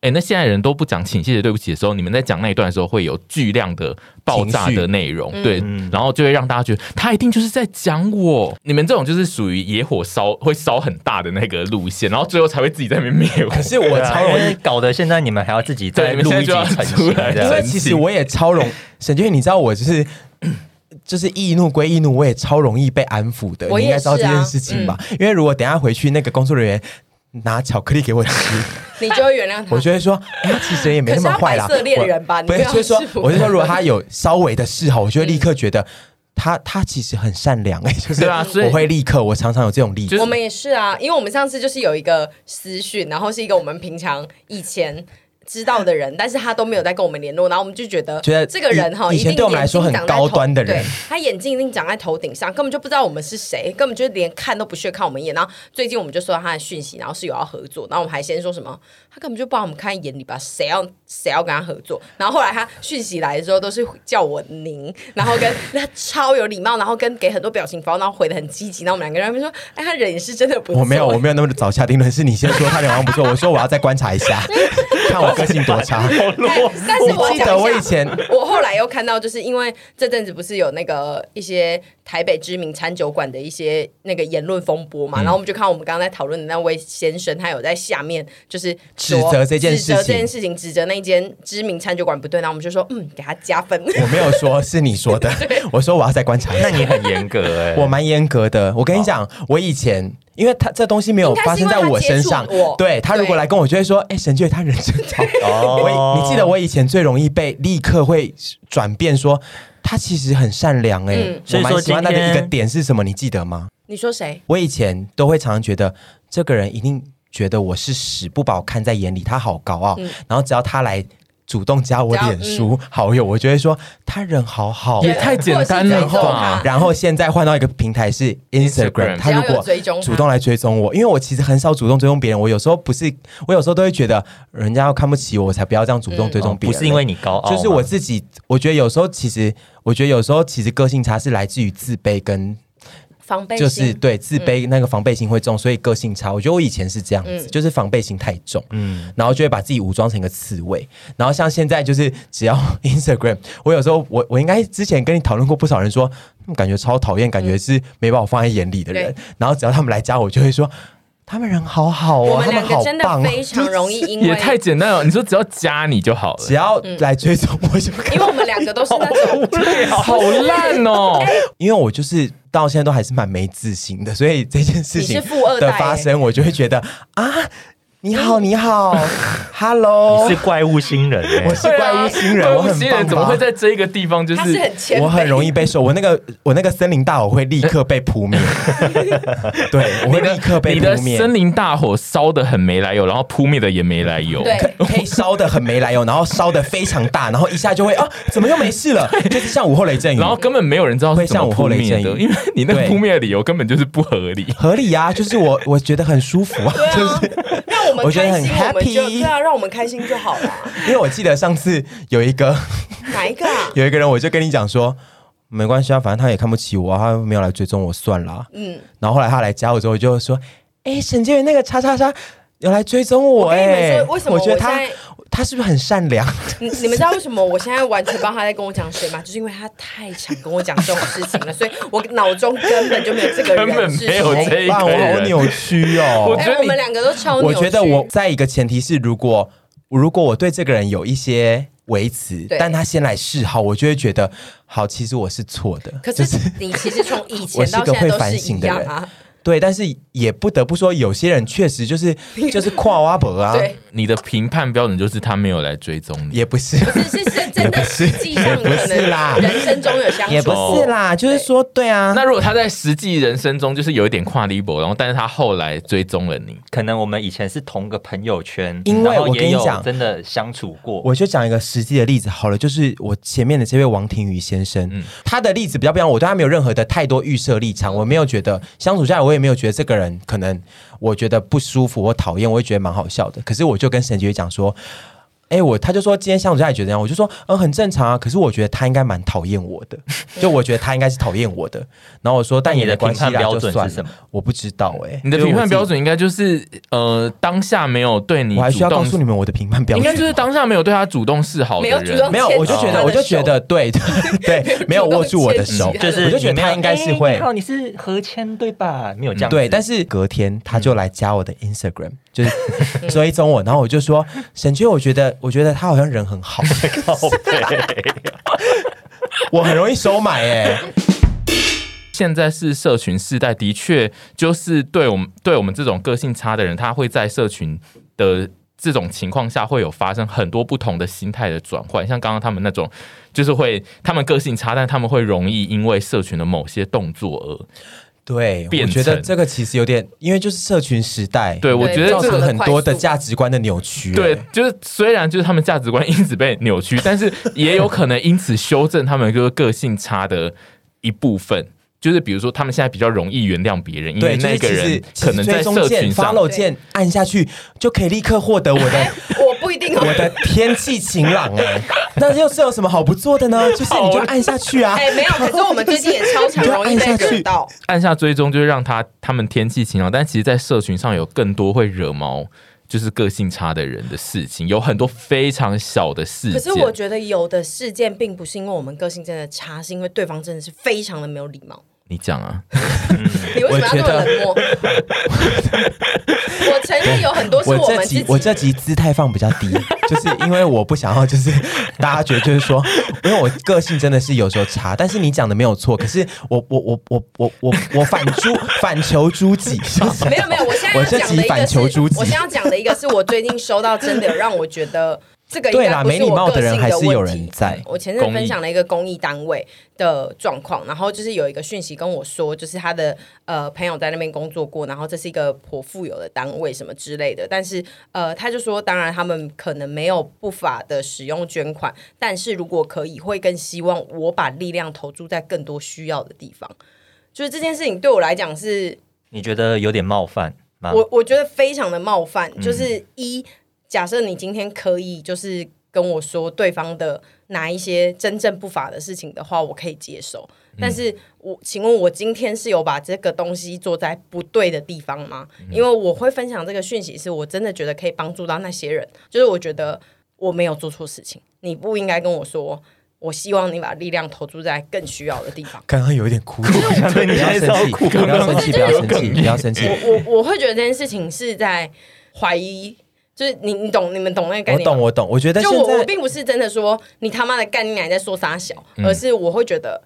[SPEAKER 3] 哎、那现在人都不讲请谢谢对不起的时候，你们在讲那一段的时候会有巨量的爆炸
[SPEAKER 2] 情绪
[SPEAKER 3] 的内容，对，然后就会让大家觉得他一定就是在讲我。你们这种就是属于野火烧会烧很大的那个路线，然后最后才会自己在那边灭火
[SPEAKER 2] 可。是我
[SPEAKER 4] 对啊
[SPEAKER 2] 超容
[SPEAKER 4] 因为
[SPEAKER 2] 易，
[SPEAKER 4] 搞得现在你们还要自己再
[SPEAKER 3] 对你们
[SPEAKER 4] 录一
[SPEAKER 3] 现
[SPEAKER 4] 集
[SPEAKER 3] 在就要
[SPEAKER 4] 澄清
[SPEAKER 3] 出来
[SPEAKER 4] 这
[SPEAKER 3] 对啊
[SPEAKER 2] 因
[SPEAKER 4] 样。
[SPEAKER 2] 为其实我也超容， 沈俊，你知道我就是。 就是易怒归易怒，我也超容易被安抚的。
[SPEAKER 1] 我
[SPEAKER 2] 你
[SPEAKER 1] 也
[SPEAKER 2] 应该知道这
[SPEAKER 1] 是啊
[SPEAKER 2] 件事情吧？因为如果等一下回去那个工作人员拿巧克力给我吃，
[SPEAKER 1] 你就会原谅他。
[SPEAKER 2] 我就会说，哎、他其实人也没那么坏啦。
[SPEAKER 1] 可是他白色恋人吧
[SPEAKER 2] 我不
[SPEAKER 1] 你
[SPEAKER 2] 是，
[SPEAKER 1] 不要
[SPEAKER 2] 就是说
[SPEAKER 1] 吃，不
[SPEAKER 2] 我是说，如果他有稍微的示好，我就会立刻觉得他他其实很善良、 哎，就是
[SPEAKER 3] 对啊所以
[SPEAKER 2] 我会立刻，我常常有这种例
[SPEAKER 3] 就
[SPEAKER 2] 子
[SPEAKER 3] 是。
[SPEAKER 1] 我们也是啊，因为我们上次就是有一个私讯，然后是一个我们平常以前知道的人，但是他都没有在跟我们联络，然后我们就觉得，
[SPEAKER 2] 觉得
[SPEAKER 1] 这个人哈，
[SPEAKER 2] 以
[SPEAKER 1] 一定
[SPEAKER 2] 以前对我们来说很高端的人
[SPEAKER 1] 眼睛长在头对他眼睛一定长在头顶上，根本就不知道我们是谁，根本就连看都不屑看我们一眼。然后最近我们就收到他的讯息，然后是有要合作，然后我们还先说什么，他根本就不把我们看一眼里吧，谁要谁要跟他合作？然后后来他讯息来的时候都是叫我您，然后跟 他超有礼貌，然后跟给很多表情包，然后回的很积极，然后我们两个人在那边说，哎，他人也是真的不错，
[SPEAKER 2] 我没有，我没有那么早下定论，是你先说他脸像不错，我说我要再观察 一下，看我个性多差。
[SPEAKER 1] 但但是我
[SPEAKER 2] 记
[SPEAKER 1] 讲
[SPEAKER 2] 得我
[SPEAKER 1] 一
[SPEAKER 2] 以
[SPEAKER 1] 下
[SPEAKER 2] 前
[SPEAKER 1] 我后来又看到，就是因为这阵子不是有那个一些台北知名餐酒馆的一些那个言论风波嘛，然后我们就看我们刚刚在讨论的那位先生，他有在下面就是说
[SPEAKER 2] 指责这件事情
[SPEAKER 1] 指责这件事情，指责那间知名餐酒馆不对，然后我们就说嗯，给他加 分。
[SPEAKER 2] 我没有说是你 说的，我说我要再观察一
[SPEAKER 4] 那
[SPEAKER 2] 下。
[SPEAKER 4] 你很 严格哎、
[SPEAKER 2] 我蛮严格的，我跟你讲，我以前因为他这东西没有发生在我身上
[SPEAKER 1] 哦应该是因为他接触我，
[SPEAKER 2] 对他如果
[SPEAKER 1] 对
[SPEAKER 2] 来跟我就会说，哎，沈俊他人真 好。
[SPEAKER 4] 哦
[SPEAKER 2] 我你记得，我以前最容易被立刻会转变说。他其实很善良哎、
[SPEAKER 1] 嗯
[SPEAKER 2] 我
[SPEAKER 4] 所以
[SPEAKER 2] 蛮
[SPEAKER 4] 说
[SPEAKER 2] 喜欢
[SPEAKER 4] 今
[SPEAKER 2] 他的一个
[SPEAKER 4] 天
[SPEAKER 2] 点是什么？你记得吗？
[SPEAKER 1] 你说谁？
[SPEAKER 2] 我以前都会常常觉得这个人一定觉得我是屎，不把我看在眼里，他好高傲。然后只要他来主动加
[SPEAKER 1] 嗯只
[SPEAKER 2] 我
[SPEAKER 1] 要嗯
[SPEAKER 2] 脸书、好友，我就会说他人好好。
[SPEAKER 3] 也太简单了吧
[SPEAKER 1] 然
[SPEAKER 2] 然后现在换到一个平台是 Instagram，
[SPEAKER 3] Instagram
[SPEAKER 2] 他如
[SPEAKER 1] 只要有
[SPEAKER 2] 果
[SPEAKER 1] 追踪他
[SPEAKER 2] 主动来追踪我，因为我其实很少主动追踪别人，我有时候不是，我有时候都会觉得人家要看不起我，我才不要这样主动追踪别
[SPEAKER 4] 嗯哦不
[SPEAKER 2] 人。
[SPEAKER 4] 是因为你高傲吗，
[SPEAKER 2] 欸就是我自己，我觉得有时候其实，我觉得有时候其实个性差是来自于自卑跟
[SPEAKER 1] 防备
[SPEAKER 2] 就是
[SPEAKER 1] 心。嗯
[SPEAKER 2] 对自卑那个防备心会重，所以个性差。我觉得我以前是这样
[SPEAKER 1] 嗯
[SPEAKER 2] 子，就是防备心太重，嗯，然后就会把自己武装成一个刺猬。然后像现在就是只要 Instagram，我有时候我我应该之前跟你讨论过，不少人说他们感觉超讨厌，感
[SPEAKER 1] 嗯
[SPEAKER 2] 觉是没把我放在眼里的人。然后只要他们来加我，就会说他们人好好
[SPEAKER 1] 我
[SPEAKER 2] 哦，
[SPEAKER 1] 们
[SPEAKER 2] 他们
[SPEAKER 1] 两
[SPEAKER 2] 好
[SPEAKER 1] 个真
[SPEAKER 2] 棒
[SPEAKER 1] 的
[SPEAKER 2] 哦。
[SPEAKER 1] 非常容易 嗯因
[SPEAKER 3] 也
[SPEAKER 1] 为
[SPEAKER 3] 太简单了，你说只要加你就好 了
[SPEAKER 2] 只，要来追踪我就看
[SPEAKER 1] 因为我们两个都是那 种
[SPEAKER 3] 好烂哦、
[SPEAKER 2] 因为我就是到现在都还是蛮没自信的，所以这件事情
[SPEAKER 1] 你是富二代
[SPEAKER 2] 的
[SPEAKER 1] 欸
[SPEAKER 2] 发生，我就会觉得啊，你好，你好，Hello，
[SPEAKER 4] 你是怪物星人哎、
[SPEAKER 2] 我是怪物新人，
[SPEAKER 3] 怪
[SPEAKER 2] 我
[SPEAKER 3] 物
[SPEAKER 2] 很
[SPEAKER 3] 啊新
[SPEAKER 2] 棒
[SPEAKER 3] 人
[SPEAKER 2] 吧
[SPEAKER 3] 怎么会？在这一个地方？就
[SPEAKER 1] 他是很谦卑，
[SPEAKER 2] 我很容易被说，我那个我那个森林大火会立刻被扑 灭，对，我会立刻被
[SPEAKER 3] 你的
[SPEAKER 2] 扑灭。
[SPEAKER 3] 森林大火烧的很没来由，然后扑灭的也没来由。
[SPEAKER 1] 对
[SPEAKER 2] 可可以烧的很没来由，然后烧的非常大，然后一下就会啊，怎么又没事 了？就是像午后雷阵雨，
[SPEAKER 3] 然后根本没有人知道是怎么扑灭
[SPEAKER 2] 会像我后
[SPEAKER 3] 的，
[SPEAKER 2] 雷阵雨
[SPEAKER 3] 因为你那个
[SPEAKER 2] 对
[SPEAKER 3] 扑灭的理由根本就是不合理。
[SPEAKER 2] 合理呀、啊，就是我我觉得很舒服啊，就是
[SPEAKER 1] 对啊，让我们
[SPEAKER 2] 我觉得
[SPEAKER 1] 开
[SPEAKER 2] 很
[SPEAKER 1] 心，我们就
[SPEAKER 2] happy
[SPEAKER 1] 对啊，让我们开心就好了。
[SPEAKER 2] 因为我记得上次有一个。
[SPEAKER 1] 哪一个啊？
[SPEAKER 2] 有一个人，我就跟你讲说，没关系啊，反正他也看不起我啊，他没有来追踪我算了啊、
[SPEAKER 1] 嗯，
[SPEAKER 2] 然后后来他来加我之后，我就说，哎、沈建宇那个叉叉叉有来追踪我
[SPEAKER 1] 我跟你
[SPEAKER 2] 哎、
[SPEAKER 1] 们说为什么
[SPEAKER 2] 我觉得
[SPEAKER 1] 我
[SPEAKER 2] 他
[SPEAKER 1] 现在
[SPEAKER 2] 他是不是很善良？
[SPEAKER 1] 你你们知道为什么我现在完全不知道他在跟我讲谁吗？就是因为他太常跟我讲这种事情了，所以我脑中根本就没有这个人
[SPEAKER 3] 根本
[SPEAKER 1] 是谁
[SPEAKER 3] 没有这一
[SPEAKER 2] 哇，
[SPEAKER 3] 个
[SPEAKER 2] 我好
[SPEAKER 3] 人
[SPEAKER 2] 扭曲哦
[SPEAKER 3] 我！
[SPEAKER 1] 哎、
[SPEAKER 3] 觉得 你
[SPEAKER 1] 我们两个都超扭
[SPEAKER 2] 我
[SPEAKER 1] 曲
[SPEAKER 2] 觉得我在一个前提是，如果如果我对这个人有一些维持，
[SPEAKER 1] 对
[SPEAKER 2] 但他先来示好，我就会觉得好，其实我是错的。
[SPEAKER 1] 可
[SPEAKER 2] 就是
[SPEAKER 1] 你其实从以前
[SPEAKER 2] 我是
[SPEAKER 1] 到
[SPEAKER 2] 个
[SPEAKER 1] 现在
[SPEAKER 2] 会
[SPEAKER 1] 都
[SPEAKER 2] 反
[SPEAKER 1] 是
[SPEAKER 2] 省
[SPEAKER 1] 一
[SPEAKER 2] 的
[SPEAKER 1] 样
[SPEAKER 2] 人
[SPEAKER 1] 啊，
[SPEAKER 2] 对，但是也不得不说，有些人确实就是就是跨挖博啊，
[SPEAKER 1] 对，
[SPEAKER 3] 你的评判标准就是他没有来追踪你，
[SPEAKER 2] 也不是。
[SPEAKER 1] 是是是真的实际上可
[SPEAKER 2] 也不是啦
[SPEAKER 1] 能人生中有相处，
[SPEAKER 2] 也不是啦，就是说，对啊，
[SPEAKER 3] 那如果他在实际人生中就是有一点跨 level，然后但是他后来追踪了你，
[SPEAKER 4] 可能我们以前是同个朋友圈，
[SPEAKER 2] 因为
[SPEAKER 4] 然
[SPEAKER 2] 我
[SPEAKER 4] 后
[SPEAKER 2] 跟你
[SPEAKER 4] 也有
[SPEAKER 2] 讲
[SPEAKER 4] 真的相处过。
[SPEAKER 2] 我就讲一个实际的例子好了，就是我前面的这位王庭宇先生，
[SPEAKER 3] 嗯
[SPEAKER 2] 他的例子比较不一样，我对他没有任何的太多预设立场，我没有觉得相处下来，我也没有觉得这个人可能我觉得不舒服或讨厌，我也觉得蛮好笑的。可是我就跟沈杰宇讲说。哎、我他就说今天相处下来觉得怎样，我就说嗯很正常啊，可是我觉得他应该蛮讨厌 我的，就我觉得他应该是讨厌我的。然后我说，但
[SPEAKER 4] 你的
[SPEAKER 2] 的关
[SPEAKER 4] 评
[SPEAKER 2] 系
[SPEAKER 4] 判
[SPEAKER 2] 啦
[SPEAKER 4] 标
[SPEAKER 2] 就
[SPEAKER 4] 准
[SPEAKER 2] 算
[SPEAKER 4] 是什
[SPEAKER 2] 了
[SPEAKER 4] 么？
[SPEAKER 2] 我不知道哎、
[SPEAKER 3] 你的
[SPEAKER 2] 因为
[SPEAKER 3] 评
[SPEAKER 2] 我
[SPEAKER 3] 判
[SPEAKER 2] 自己
[SPEAKER 3] 标准应该就是呃当下没有对你
[SPEAKER 2] 我还
[SPEAKER 3] 主
[SPEAKER 2] 需要告
[SPEAKER 3] 动
[SPEAKER 2] 诉你们我的评判标
[SPEAKER 3] 应
[SPEAKER 2] 准，
[SPEAKER 3] 该就是当下没有对他主动示好的
[SPEAKER 1] 没有
[SPEAKER 3] 人，
[SPEAKER 1] 主动
[SPEAKER 2] 没有，我就觉
[SPEAKER 1] 牵起他的
[SPEAKER 2] 得，我就觉得，对 对，没有握住我的
[SPEAKER 1] 主动
[SPEAKER 2] 手
[SPEAKER 1] 牵，起对
[SPEAKER 4] 就是
[SPEAKER 2] 我就觉得
[SPEAKER 4] 你没有
[SPEAKER 2] 他应该是会嗯
[SPEAKER 4] 哎你好，你是合签对吧？没有这
[SPEAKER 3] 啊
[SPEAKER 4] 样子
[SPEAKER 2] 对，但是隔天他就来加我的 Instagram，、就是
[SPEAKER 3] 嗯
[SPEAKER 2] 追踪我，然后我就说沈娟，我觉得我觉得他好像人很 好，我很容易收买哎、
[SPEAKER 3] 现在是社群时代，的确就是对我们对我们这种个性差的人，他会在社群的呃这种情况下会有发生很多不同的心态的转换。像刚刚他们那种，就是会他们个性差，但他们会容易因为社群的某些动作而
[SPEAKER 2] 对，我
[SPEAKER 3] 变
[SPEAKER 2] 觉得
[SPEAKER 3] 成
[SPEAKER 2] 这个其实有点，因为就是社群时代，
[SPEAKER 3] 对我觉得
[SPEAKER 2] 造
[SPEAKER 3] 这
[SPEAKER 2] 成
[SPEAKER 3] 个。
[SPEAKER 2] 很多
[SPEAKER 1] 快
[SPEAKER 2] 的
[SPEAKER 1] 速
[SPEAKER 2] 价值观的扭曲、
[SPEAKER 3] 对
[SPEAKER 2] 哎，
[SPEAKER 3] 就是虽然就是他们价值观因此被扭曲，但是也有可能因此修正他们就是个性差的一部分。就是比如说，他们现在比较容易原谅别人，因
[SPEAKER 2] 对，
[SPEAKER 3] 为
[SPEAKER 2] 就是
[SPEAKER 3] 那个
[SPEAKER 2] 其
[SPEAKER 3] 人
[SPEAKER 2] 实
[SPEAKER 3] 可能
[SPEAKER 2] 其
[SPEAKER 3] 在
[SPEAKER 2] 实追
[SPEAKER 3] 社
[SPEAKER 2] 踪键
[SPEAKER 3] 群上
[SPEAKER 2] follow 键按下去就可以立刻获得我的
[SPEAKER 1] 我不一定
[SPEAKER 2] 我
[SPEAKER 1] 哦。
[SPEAKER 2] 的天气晴朗哎、 那又是有什么好不做的 呢？就是你就按下去啊，
[SPEAKER 1] 哎，没有，可是我们最近也超常容易被惹到，
[SPEAKER 3] 按下追踪，就是让他他们天气晴朗，但其实，在社群上有更多会惹毛就是个性差的人的事情，有很多非常小的事
[SPEAKER 1] 可
[SPEAKER 3] 件。
[SPEAKER 1] 是我觉得有的事件并不是因为我们个性真的差，是因为对方真的是非常的没有礼 貌。
[SPEAKER 3] 你讲啊，
[SPEAKER 1] 你为什么要这么冷漠？ 我承认有很多是
[SPEAKER 2] 我
[SPEAKER 1] 我
[SPEAKER 2] 这
[SPEAKER 1] 们自
[SPEAKER 2] 集
[SPEAKER 1] 己，
[SPEAKER 2] 我这集姿态放比较低， 就是因为我不想要，就是 大家觉得就是说，因为我个性真的是有时候差，但是你讲的没有错，可是我我我我我我我反诸 反求诸己，就是
[SPEAKER 1] 没有没有，我现在
[SPEAKER 2] 我
[SPEAKER 1] 要
[SPEAKER 2] 这
[SPEAKER 1] 讲
[SPEAKER 2] 集
[SPEAKER 1] 的一
[SPEAKER 2] 反
[SPEAKER 1] 个是，
[SPEAKER 2] 求诸己
[SPEAKER 1] 我现在要讲的一个是我最近收到真的有让我觉得这个应
[SPEAKER 2] 对
[SPEAKER 1] 该
[SPEAKER 2] 啦，
[SPEAKER 1] 不
[SPEAKER 2] 没
[SPEAKER 1] 是
[SPEAKER 2] 礼
[SPEAKER 1] 我
[SPEAKER 2] 貌
[SPEAKER 1] 个
[SPEAKER 2] 人
[SPEAKER 1] 性
[SPEAKER 2] 还是有
[SPEAKER 1] 问
[SPEAKER 2] 人
[SPEAKER 1] 题。
[SPEAKER 2] 在。
[SPEAKER 1] 我前阵子分享了一个公益单位的状况，然后就是有一个讯息跟我说，就是他的呃朋友在那边工作过，然后这是一个颇富有的单位什么之类的，但是呃他就说，当然他们可能没有不法的使用捐款，但是如果可以，会更希望我把力量投注在更多需要的地方。就是这件事情对我来讲是
[SPEAKER 4] 你觉得有点冒犯吗？
[SPEAKER 1] 我我觉得非常的冒犯，就是一，假设你今天可以就是跟我说对方的哪一些真正不法的事情的话，我可以接受。但是我请问，我今天是有把这个东西做在不对的地方吗？因为我会分享这个讯息，是我真的觉得可以帮助到那些人，就是我觉得我没有做错事情，你不应该跟我说。我希望你把力量投注在更需要的地方。
[SPEAKER 2] 刚刚有一点哭，不
[SPEAKER 4] 想对你
[SPEAKER 2] 要
[SPEAKER 4] 现在超
[SPEAKER 2] 生气，
[SPEAKER 4] 酷
[SPEAKER 2] 不要生气，不要生气，不要生气。
[SPEAKER 1] 我我我会觉得这件事情是在怀疑，就是你你懂你们懂那个概
[SPEAKER 2] 我
[SPEAKER 1] 念吗
[SPEAKER 2] 懂，我懂。我觉得
[SPEAKER 1] 就
[SPEAKER 2] 现
[SPEAKER 1] 我我
[SPEAKER 2] 在
[SPEAKER 1] 并不是真的说你他妈的干你奶在说傻小，而是我会觉得。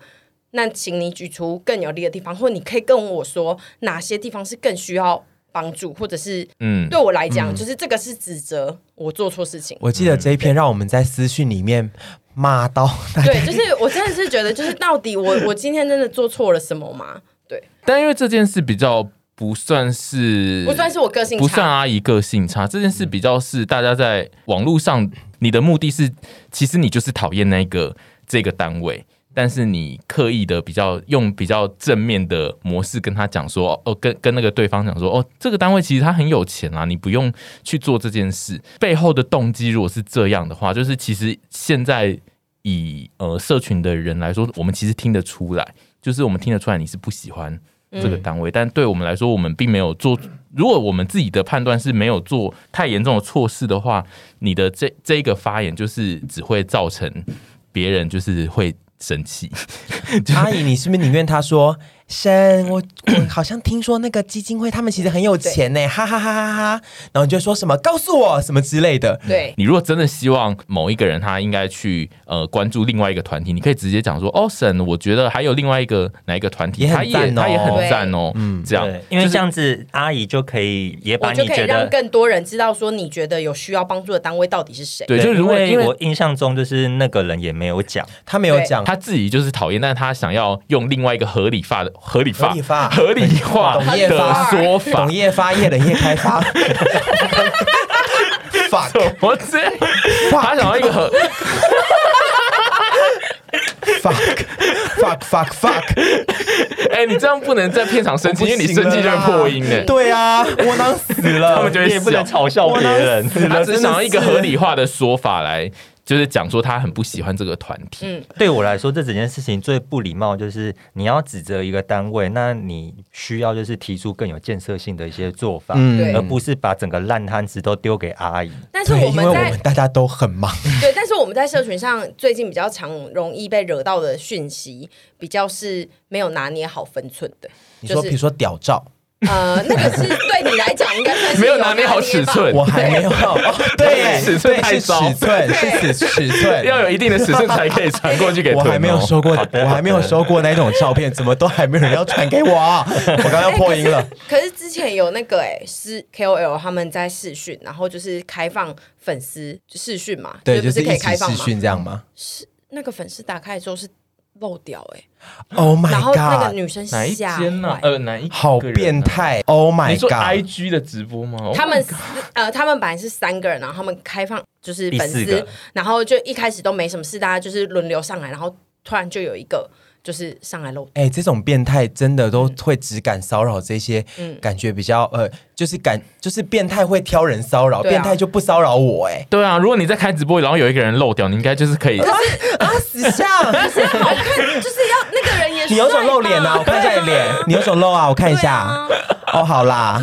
[SPEAKER 1] 那请你举出更有利的地方，或你可以跟我说哪些地方是更需要帮助，或者是
[SPEAKER 3] 嗯，
[SPEAKER 1] 对我来讲，就是这个是指责我做错事情。
[SPEAKER 2] 我记得这
[SPEAKER 1] 嗯
[SPEAKER 2] 一篇让我们在私讯里面骂到大家
[SPEAKER 1] 对，就是我真的是觉得，就是到底我我今天真的做错了什么吗？对，
[SPEAKER 3] 但因为这件事比较不算是
[SPEAKER 1] 不算是我个性
[SPEAKER 3] 不
[SPEAKER 1] 差，嗯
[SPEAKER 3] 算啊阿姨个性差，这件事比较是大家在网络上，你的目的是，其实你就是讨厌那个这个单位，但是你刻意的比较用比较正面的模式跟他讲说，哦，跟跟那个对方讲说，哦，这个单位其实他很有钱啊，你不用去做这件事。背后的动机如果是这样的话，就是其实现在以呃社群的人来说，我们其实听得出来，就是我们听得出来你是不喜欢这个单位，但对我们来说，我们并没有做。如果我们自己的判断是没有做太严重的错事的话，你的这这一个发言就是只会造成别人就是会生气。
[SPEAKER 2] 阿姨，你是不是宁愿他说生？我我好像听说那个基金会他们其实很有钱呢，哈哈哈哈哈。然后你就说什么告诉我什么之类的，
[SPEAKER 1] 对，
[SPEAKER 3] 你如果真的希望某一个人他应该去呃关注另外一个团体，你可以直接讲说哦神，我觉得还有另外一个哪一个团体，
[SPEAKER 2] 也很
[SPEAKER 3] 他也
[SPEAKER 2] 赞哦
[SPEAKER 3] 他也很赞哦，嗯，这样
[SPEAKER 4] 对，因为
[SPEAKER 3] 就是
[SPEAKER 4] 这样子阿姨就可以也把
[SPEAKER 1] 我就
[SPEAKER 4] 你
[SPEAKER 1] 可以
[SPEAKER 4] 觉
[SPEAKER 1] 让
[SPEAKER 4] 得。
[SPEAKER 1] 更多人知道说你觉得有需要帮助的单位到底是谁。
[SPEAKER 3] 对，就是如果因
[SPEAKER 4] 因为
[SPEAKER 3] 为
[SPEAKER 4] 我印象中就是那个人也没有讲，
[SPEAKER 2] 他没有讲，
[SPEAKER 3] 他自己就是讨厌，但是他想要用另外一个合理化的合理化
[SPEAKER 2] 合理化
[SPEAKER 3] 合理化
[SPEAKER 2] 董业
[SPEAKER 3] 的
[SPEAKER 2] 发
[SPEAKER 3] 说法
[SPEAKER 2] 董，业发业冷业 开发 ，fuck
[SPEAKER 3] 我这样，他想要一个合
[SPEAKER 2] fuck fuck fuck fuck，
[SPEAKER 3] 哎、你这样不能在片场生气，因为你生气就会破音哎、
[SPEAKER 2] 对啊，窝囊死
[SPEAKER 4] 他
[SPEAKER 2] 了
[SPEAKER 4] 们。就会笑你也不能嘲笑别人，
[SPEAKER 3] 他只是想要一个合理化的说法来，就是讲说他很不喜欢这个团体。
[SPEAKER 1] 嗯，
[SPEAKER 4] 对我来说，这整件事情最不礼貌就是你要指责一个单位，那你需要就是提出更有建设性的一些做法，
[SPEAKER 1] 对
[SPEAKER 4] 而不是把整个烂摊子都丢给阿姨。
[SPEAKER 1] 但是
[SPEAKER 2] 对，
[SPEAKER 1] 我
[SPEAKER 2] 因为
[SPEAKER 1] 们
[SPEAKER 2] 我
[SPEAKER 1] 在
[SPEAKER 2] 们大家都很忙，
[SPEAKER 1] 对，但是我们在社群上最近比较常容易被惹到的讯息，比较是没有拿捏好分寸的，
[SPEAKER 2] 你
[SPEAKER 1] 就
[SPEAKER 2] 说，比如
[SPEAKER 1] 是
[SPEAKER 2] 说屌照，
[SPEAKER 1] 呃，那个是对你来讲应该算是
[SPEAKER 3] 没有
[SPEAKER 1] 拿
[SPEAKER 3] 拿捏好尺
[SPEAKER 1] 吧，
[SPEAKER 3] 寸，
[SPEAKER 2] 我还 没有，哦对耶，
[SPEAKER 3] 尺寸
[SPEAKER 2] 对
[SPEAKER 3] 太
[SPEAKER 2] 是尺
[SPEAKER 3] 糟
[SPEAKER 2] 寸是尺尺寸，
[SPEAKER 3] 要有一定的尺寸才可以传过去 给
[SPEAKER 2] 我
[SPEAKER 3] 臀哦。
[SPEAKER 2] 还没有收过，我还没有收过那种照片，怎么都还没有人 要传给我啊！我刚刚破音 了，
[SPEAKER 1] 可是之前有那个哎、是 KOL 他们在试训，然后就是开放粉丝试训嘛，
[SPEAKER 2] 对，
[SPEAKER 1] 就
[SPEAKER 2] 就是是
[SPEAKER 1] 可以
[SPEAKER 2] 一
[SPEAKER 1] 开
[SPEAKER 2] 起
[SPEAKER 1] 放
[SPEAKER 2] 视
[SPEAKER 1] 嘛。
[SPEAKER 2] 讯这样吗
[SPEAKER 1] 那个粉丝打开之后是漏掉哎、
[SPEAKER 2] ？Oh
[SPEAKER 1] 然后那个
[SPEAKER 2] my god，
[SPEAKER 1] 女生
[SPEAKER 3] 哪一
[SPEAKER 1] 吓
[SPEAKER 3] 间呢、
[SPEAKER 1] 坏。
[SPEAKER 3] 呃，哪一、
[SPEAKER 2] 好变、态！Oh
[SPEAKER 3] 你
[SPEAKER 2] my
[SPEAKER 3] 说 I
[SPEAKER 2] god，
[SPEAKER 3] G 的直播
[SPEAKER 2] Oh
[SPEAKER 3] 吗？。
[SPEAKER 1] 他们呃，他们本来是三个人，然后他们开放就是
[SPEAKER 4] 第
[SPEAKER 1] 粉丝
[SPEAKER 4] 四个，
[SPEAKER 1] 然后就一开始都没什么事，大家就是轮流上来，然后突然就有一个就是上来 漏，
[SPEAKER 2] 哎，这种变态真的都会只敢骚扰这些
[SPEAKER 1] 嗯，
[SPEAKER 2] 感觉比较呃，就是感就是变态会挑人骚扰，
[SPEAKER 1] 对啊
[SPEAKER 2] 变态就不骚扰我哎
[SPEAKER 3] 对啊，如果你在开直播，然后有一个人漏掉，你应该就是可以。
[SPEAKER 2] 啊，死相！
[SPEAKER 1] 好看就是哎要那个人也
[SPEAKER 2] 你有种露脸啊！我看一下你的脸，你有种露啊！我看一下。
[SPEAKER 1] 啊
[SPEAKER 2] 哦，好啦，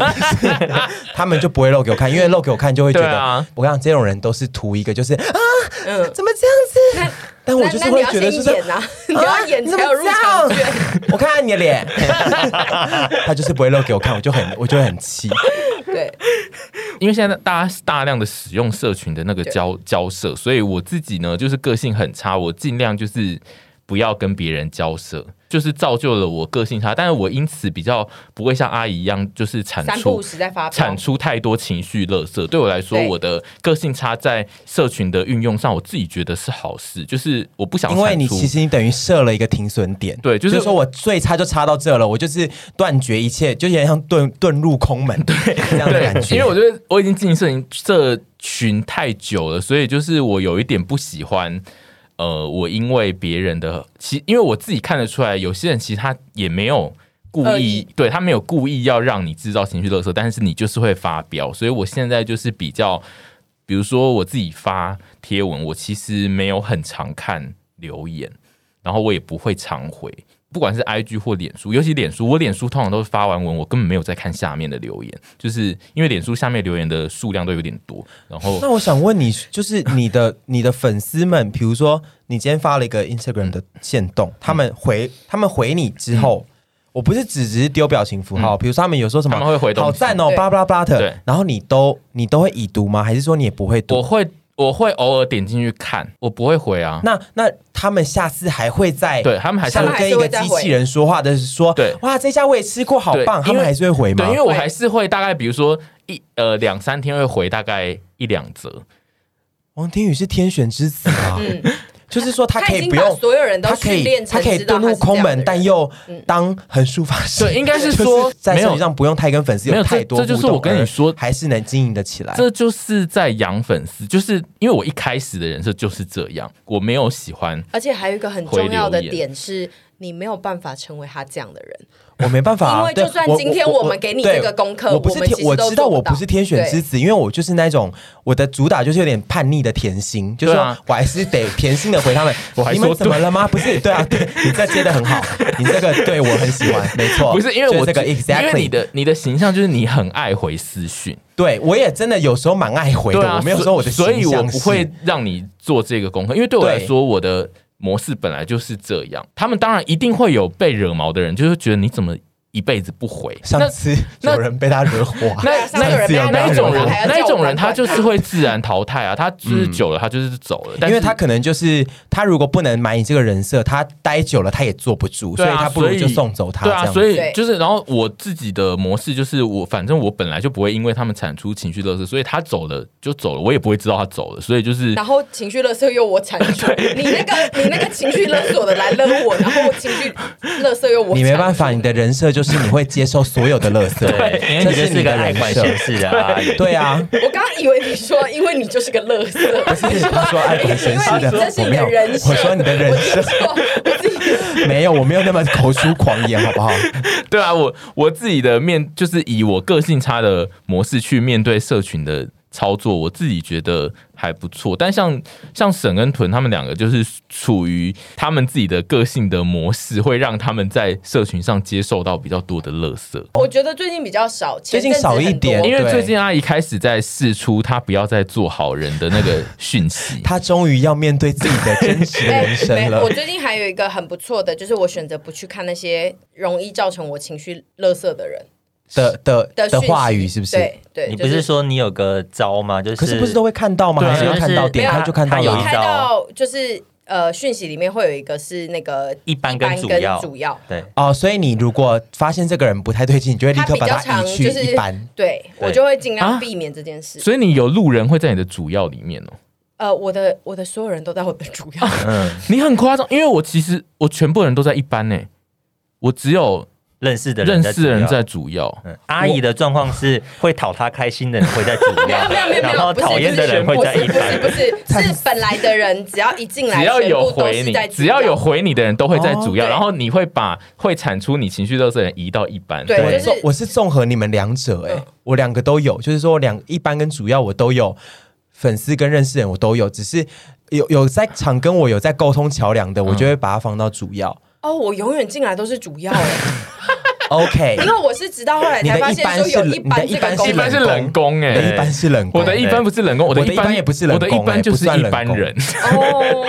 [SPEAKER 2] 他们就不会露给我看，因为露给我看就会觉
[SPEAKER 3] 对
[SPEAKER 2] 得，
[SPEAKER 3] 啊
[SPEAKER 2] 我跟你讲，这种人都是图一个就是啊，
[SPEAKER 1] 嗯
[SPEAKER 2] 怎么这样子？
[SPEAKER 1] 那
[SPEAKER 2] 但我就是会觉得就是
[SPEAKER 1] 那那你要先演啊，你要演才有入场券。
[SPEAKER 2] 我看看你 的脸，他就是不会露给我看，我就很我就会很气。
[SPEAKER 1] 对，
[SPEAKER 3] 因为现在大家大量的使用社群的那个
[SPEAKER 1] 对
[SPEAKER 3] 交交涉，所以我自己呢，就是个性很差，我尽量就是不要跟别人交涉，就是造就了我个性差。但是我因此比较不会像阿姨一样，就是产
[SPEAKER 1] 三不
[SPEAKER 3] 出
[SPEAKER 1] 五时在发飙
[SPEAKER 3] 产出太多情绪垃圾。对我来说，
[SPEAKER 1] 对
[SPEAKER 3] 我的个性差在社群的运用上，我自己觉得是好事，就是我不想
[SPEAKER 2] 因为你
[SPEAKER 3] 产出
[SPEAKER 2] 其实你等于设了一个停损点，
[SPEAKER 3] 对就是
[SPEAKER 2] 说我最差就差到这了，我就是断绝一切，就有点像遁遁入空门，对这样的
[SPEAKER 3] 对
[SPEAKER 2] 感，觉。
[SPEAKER 3] 因为我觉得我已经进摄影社群太久了，所以就是我有一点不喜欢。呃，我因为别人的，其因为我自己看得出来，有些人其实他也没有故
[SPEAKER 1] 恶
[SPEAKER 3] 意
[SPEAKER 1] 意，
[SPEAKER 3] 对他没有故意要让你制造情绪勒索，但是你就是会发飙。所以我现在就是比较，比如说我自己发贴文，我其实没有很常看留言，然后我也不会常回，不管是 IG 或脸书，尤其脸书，我脸书通常都是发完文，我根本没有在看下面的留言，就是因为脸书下面留言的数量都有点多，然后
[SPEAKER 2] 那我想问你，就是你 的你的粉丝们，比如说你今天发了一个 Instagram 的线动，
[SPEAKER 3] 嗯
[SPEAKER 2] 他们回他们回你之后，我不是只只是丢表情符号，比如说他们有说什么
[SPEAKER 3] 嗯他们会回东西
[SPEAKER 2] 好赞哦，
[SPEAKER 1] 对
[SPEAKER 2] 巴拉巴拉巴拉
[SPEAKER 3] 对
[SPEAKER 2] 的，然后你都你都会已读吗？还是说你也不会
[SPEAKER 3] 我
[SPEAKER 2] 读？
[SPEAKER 3] 会我会偶尔点进去看，我不会回啊。
[SPEAKER 2] 那那他们下次还会再
[SPEAKER 3] 对他们还是
[SPEAKER 2] 像
[SPEAKER 1] 会
[SPEAKER 2] 跟一个机器人说话的说
[SPEAKER 3] 对，
[SPEAKER 2] 哇，这家我也吃过，好
[SPEAKER 3] 对
[SPEAKER 2] 棒，
[SPEAKER 3] 因为
[SPEAKER 2] 他们还是会回吗
[SPEAKER 3] 对，因？为我
[SPEAKER 1] 会
[SPEAKER 3] 还是会大概比如说一呃两三天会回大概一两则，
[SPEAKER 2] 王天宇是天选之子啊， 就是说他可
[SPEAKER 1] 已
[SPEAKER 2] 以
[SPEAKER 1] 经
[SPEAKER 2] 不
[SPEAKER 1] 把
[SPEAKER 2] 用。
[SPEAKER 1] 所有人都
[SPEAKER 2] 他可
[SPEAKER 1] 训
[SPEAKER 2] 以，
[SPEAKER 1] 练成
[SPEAKER 2] 他可以
[SPEAKER 1] 知道
[SPEAKER 2] 遁入
[SPEAKER 1] 是这样
[SPEAKER 2] 空
[SPEAKER 1] 的
[SPEAKER 2] 门，
[SPEAKER 1] 人
[SPEAKER 2] 但又当横竖法师。
[SPEAKER 3] 对应该是
[SPEAKER 2] 就是
[SPEAKER 3] 说
[SPEAKER 2] 在
[SPEAKER 3] 没有
[SPEAKER 2] 社会上不用太跟粉丝
[SPEAKER 3] 没有这
[SPEAKER 2] 太多
[SPEAKER 3] 这就是
[SPEAKER 2] 互动
[SPEAKER 3] 我跟你
[SPEAKER 2] 而
[SPEAKER 3] 说
[SPEAKER 2] 还是能经营得起来。
[SPEAKER 3] 这就是在养粉丝，就是因为我一开始的人设就是这样，我没有喜欢
[SPEAKER 1] 而且还有一个很重要的点是，你没有办法成为他这样的人。
[SPEAKER 2] 我没办法啊、
[SPEAKER 1] 因为
[SPEAKER 2] 对
[SPEAKER 1] 就算
[SPEAKER 2] 我
[SPEAKER 1] 今天
[SPEAKER 2] 我
[SPEAKER 1] 我们给你
[SPEAKER 2] 对
[SPEAKER 1] 这个功课
[SPEAKER 2] 我不是
[SPEAKER 1] 我们
[SPEAKER 2] 天，
[SPEAKER 1] 其实都
[SPEAKER 2] 知道
[SPEAKER 1] 做不
[SPEAKER 2] 我不
[SPEAKER 1] 到
[SPEAKER 2] 是天选之子，因为我就是那种我的主打就是有点叛逆的甜心，就是
[SPEAKER 3] 对
[SPEAKER 2] 说
[SPEAKER 3] 啊
[SPEAKER 2] 我还是得甜心的回他们，
[SPEAKER 3] 我还
[SPEAKER 2] 你们
[SPEAKER 3] 说
[SPEAKER 2] 怎么了吗？不是，对啊，对你这接的很好，你这个对我很喜欢，没错，
[SPEAKER 3] 不是因为
[SPEAKER 2] 哦就是
[SPEAKER 3] 我
[SPEAKER 2] 这个
[SPEAKER 3] 只因为你
[SPEAKER 2] exactly，
[SPEAKER 3] 的你的形象就是你很爱回私讯，
[SPEAKER 2] 对我也真的有时候蛮爱回的，
[SPEAKER 3] 对啊，
[SPEAKER 2] 我没有说我的
[SPEAKER 3] 所以
[SPEAKER 2] 形
[SPEAKER 3] 所以
[SPEAKER 2] 象
[SPEAKER 3] 我不
[SPEAKER 2] 是
[SPEAKER 3] 会让你做这个功课，因为对我来
[SPEAKER 2] 对
[SPEAKER 3] 说，我的模式本来就是这样。他们当然一定会有被惹毛的人，就是觉得你怎么一辈子不回？那
[SPEAKER 2] 上次
[SPEAKER 3] 那
[SPEAKER 2] 有人被他惹火啊、
[SPEAKER 1] 对啊
[SPEAKER 3] 那
[SPEAKER 1] 上次有
[SPEAKER 3] 那
[SPEAKER 1] 人被他
[SPEAKER 3] 那一
[SPEAKER 1] 惹火
[SPEAKER 3] 种人
[SPEAKER 1] 还要，叫
[SPEAKER 3] 那一种
[SPEAKER 1] 我
[SPEAKER 3] 人
[SPEAKER 1] 们
[SPEAKER 3] 他
[SPEAKER 1] 管
[SPEAKER 3] 就是会自然淘汰啊，他就是久了，他就是走了，但
[SPEAKER 2] 嗯因为
[SPEAKER 3] 是
[SPEAKER 2] 他可能就是他如果不能买你这个人设，他待久了他也坐不住，
[SPEAKER 3] 对
[SPEAKER 2] 所以
[SPEAKER 3] 啊
[SPEAKER 2] 他不
[SPEAKER 3] 所
[SPEAKER 2] 如
[SPEAKER 3] 以
[SPEAKER 2] 就送走他。
[SPEAKER 3] 对
[SPEAKER 2] 这
[SPEAKER 3] 啊，
[SPEAKER 2] 样
[SPEAKER 3] 所以
[SPEAKER 1] 对
[SPEAKER 3] 就是，然后我自己的模式就是我，反正我本来就不会因为他们产出情绪勒索，所以他走了就走了，我也不会知道他走了，所以就是
[SPEAKER 1] 然后情绪勒索又我产出，你那个你那个情绪勒索的来勒我，然后情绪勒索又我，
[SPEAKER 2] 你没办法，你。的人设就就是你会接受所有的 垃圾，
[SPEAKER 4] 对，因
[SPEAKER 2] 这
[SPEAKER 4] 为你
[SPEAKER 2] 是
[SPEAKER 4] 是
[SPEAKER 2] 你
[SPEAKER 4] 个
[SPEAKER 2] 的
[SPEAKER 4] 爱
[SPEAKER 2] 人
[SPEAKER 4] 管
[SPEAKER 2] 设
[SPEAKER 4] 闲。事的阿姨。
[SPEAKER 2] 对 啊，
[SPEAKER 1] 我刚刚以为你说，因为你就是个乐色，
[SPEAKER 2] 不是他说爱管闲事
[SPEAKER 1] 因为
[SPEAKER 2] 的
[SPEAKER 1] 你这是，
[SPEAKER 2] 我
[SPEAKER 1] 你
[SPEAKER 2] 没有，
[SPEAKER 1] 的人设，
[SPEAKER 2] 我说你的人设
[SPEAKER 1] 我自己
[SPEAKER 2] 没有，我没有那么口出狂言，好不好？
[SPEAKER 3] 对啊，我我自己的面就是以我个性差的模式去面对社群的操作，我自己觉得还不错。但像像沈跟屯他们两个，就是处于他们自己的个性的模式，会让他们在社群上接受到比较多的垃圾。
[SPEAKER 1] 我觉得最近比较少，
[SPEAKER 2] 最近
[SPEAKER 1] 前阵子
[SPEAKER 2] 少一
[SPEAKER 1] 很多
[SPEAKER 2] 点
[SPEAKER 3] 因为
[SPEAKER 2] 对，
[SPEAKER 3] 最近阿姨开始在试出她不要再做好人的那个讯息
[SPEAKER 2] 他终于要面对自己的真实
[SPEAKER 1] 哎
[SPEAKER 2] 人生
[SPEAKER 1] 没
[SPEAKER 2] 了
[SPEAKER 1] 我。最近还有一个很不错的，就是我选择不去看那些容易造成我情绪垃圾的人
[SPEAKER 2] 的的
[SPEAKER 1] 的
[SPEAKER 2] 的
[SPEAKER 1] 讯息
[SPEAKER 2] 话语是不是？
[SPEAKER 1] 对对，
[SPEAKER 4] 你
[SPEAKER 1] 就
[SPEAKER 4] 不是说你有个招吗？就是
[SPEAKER 2] 可是不是都会看到吗？
[SPEAKER 3] 对啊
[SPEAKER 2] 还是要看到
[SPEAKER 4] 就是
[SPEAKER 2] 点
[SPEAKER 1] 没有
[SPEAKER 2] 开就看到
[SPEAKER 4] 他有
[SPEAKER 1] 有
[SPEAKER 2] 了
[SPEAKER 4] 一
[SPEAKER 2] 啊
[SPEAKER 1] 开
[SPEAKER 4] 招
[SPEAKER 1] 到就是呃讯息里面会有一个是那个
[SPEAKER 4] 一般跟主要
[SPEAKER 1] 主要
[SPEAKER 4] 对，
[SPEAKER 2] 哦。所以你如果发现这个人不太对劲，你就会立刻
[SPEAKER 1] 比
[SPEAKER 2] 把
[SPEAKER 1] 较
[SPEAKER 2] 他
[SPEAKER 1] 常
[SPEAKER 2] 移去
[SPEAKER 1] 就是
[SPEAKER 2] 一般。
[SPEAKER 1] 对我就会尽量避免这件事。
[SPEAKER 3] 所以你有路人会在你的主要里面哦。
[SPEAKER 1] 呃，我的我的所有人都在我的主要，
[SPEAKER 4] 嗯，
[SPEAKER 3] 你很夸张，因为我其实我全部人都在一般呢、我只有
[SPEAKER 4] 认识的人
[SPEAKER 3] 认
[SPEAKER 4] 在
[SPEAKER 3] 识的人
[SPEAKER 4] 主要
[SPEAKER 3] 在主要。
[SPEAKER 4] 嗯阿姨的状况是会讨她开心的人会在主
[SPEAKER 1] 没有
[SPEAKER 4] 要，
[SPEAKER 1] 没有没有没
[SPEAKER 4] 然后
[SPEAKER 1] 有，不是
[SPEAKER 4] 讨厌的人会
[SPEAKER 1] 不
[SPEAKER 4] 在
[SPEAKER 1] 是
[SPEAKER 4] 一
[SPEAKER 1] 不是
[SPEAKER 4] 般。
[SPEAKER 1] 不是不是是本来的人只要一进来，
[SPEAKER 3] 只要有
[SPEAKER 1] 全部都
[SPEAKER 3] 回
[SPEAKER 1] 是
[SPEAKER 3] 你
[SPEAKER 1] 在，主
[SPEAKER 3] 只要有回你的人都会在主要，
[SPEAKER 1] 哦对
[SPEAKER 3] 然后你会把会产出你情绪垃圾的人移到一般。
[SPEAKER 1] 对
[SPEAKER 2] 我
[SPEAKER 1] 就是
[SPEAKER 2] 综我是综合你们两者、欸，
[SPEAKER 1] 嗯
[SPEAKER 2] 我两个都有，就是说我两一般跟主要我都有，粉丝跟认识人我都有，只是有有在场跟我有在沟通桥梁的，
[SPEAKER 1] 嗯
[SPEAKER 2] 我就会把它放到主要。
[SPEAKER 1] 哦，我永远进来都是主要哎。
[SPEAKER 2] OK，
[SPEAKER 1] 因为我是直到后来才发现说有般这个哦
[SPEAKER 2] 你的
[SPEAKER 1] 功
[SPEAKER 3] 一
[SPEAKER 2] 一般
[SPEAKER 3] 般
[SPEAKER 1] 能
[SPEAKER 2] 是
[SPEAKER 3] 是
[SPEAKER 2] 冷
[SPEAKER 3] 冷
[SPEAKER 2] 宫
[SPEAKER 3] 宫哎、
[SPEAKER 2] 我的一般是冷宫，
[SPEAKER 3] 我的一
[SPEAKER 4] 对
[SPEAKER 3] 般不是冷宫，我欸
[SPEAKER 2] 我的一般也不是冷宫
[SPEAKER 3] 我的一般就是一
[SPEAKER 2] 哎
[SPEAKER 3] 般
[SPEAKER 2] 不算
[SPEAKER 3] 人。
[SPEAKER 1] 哦。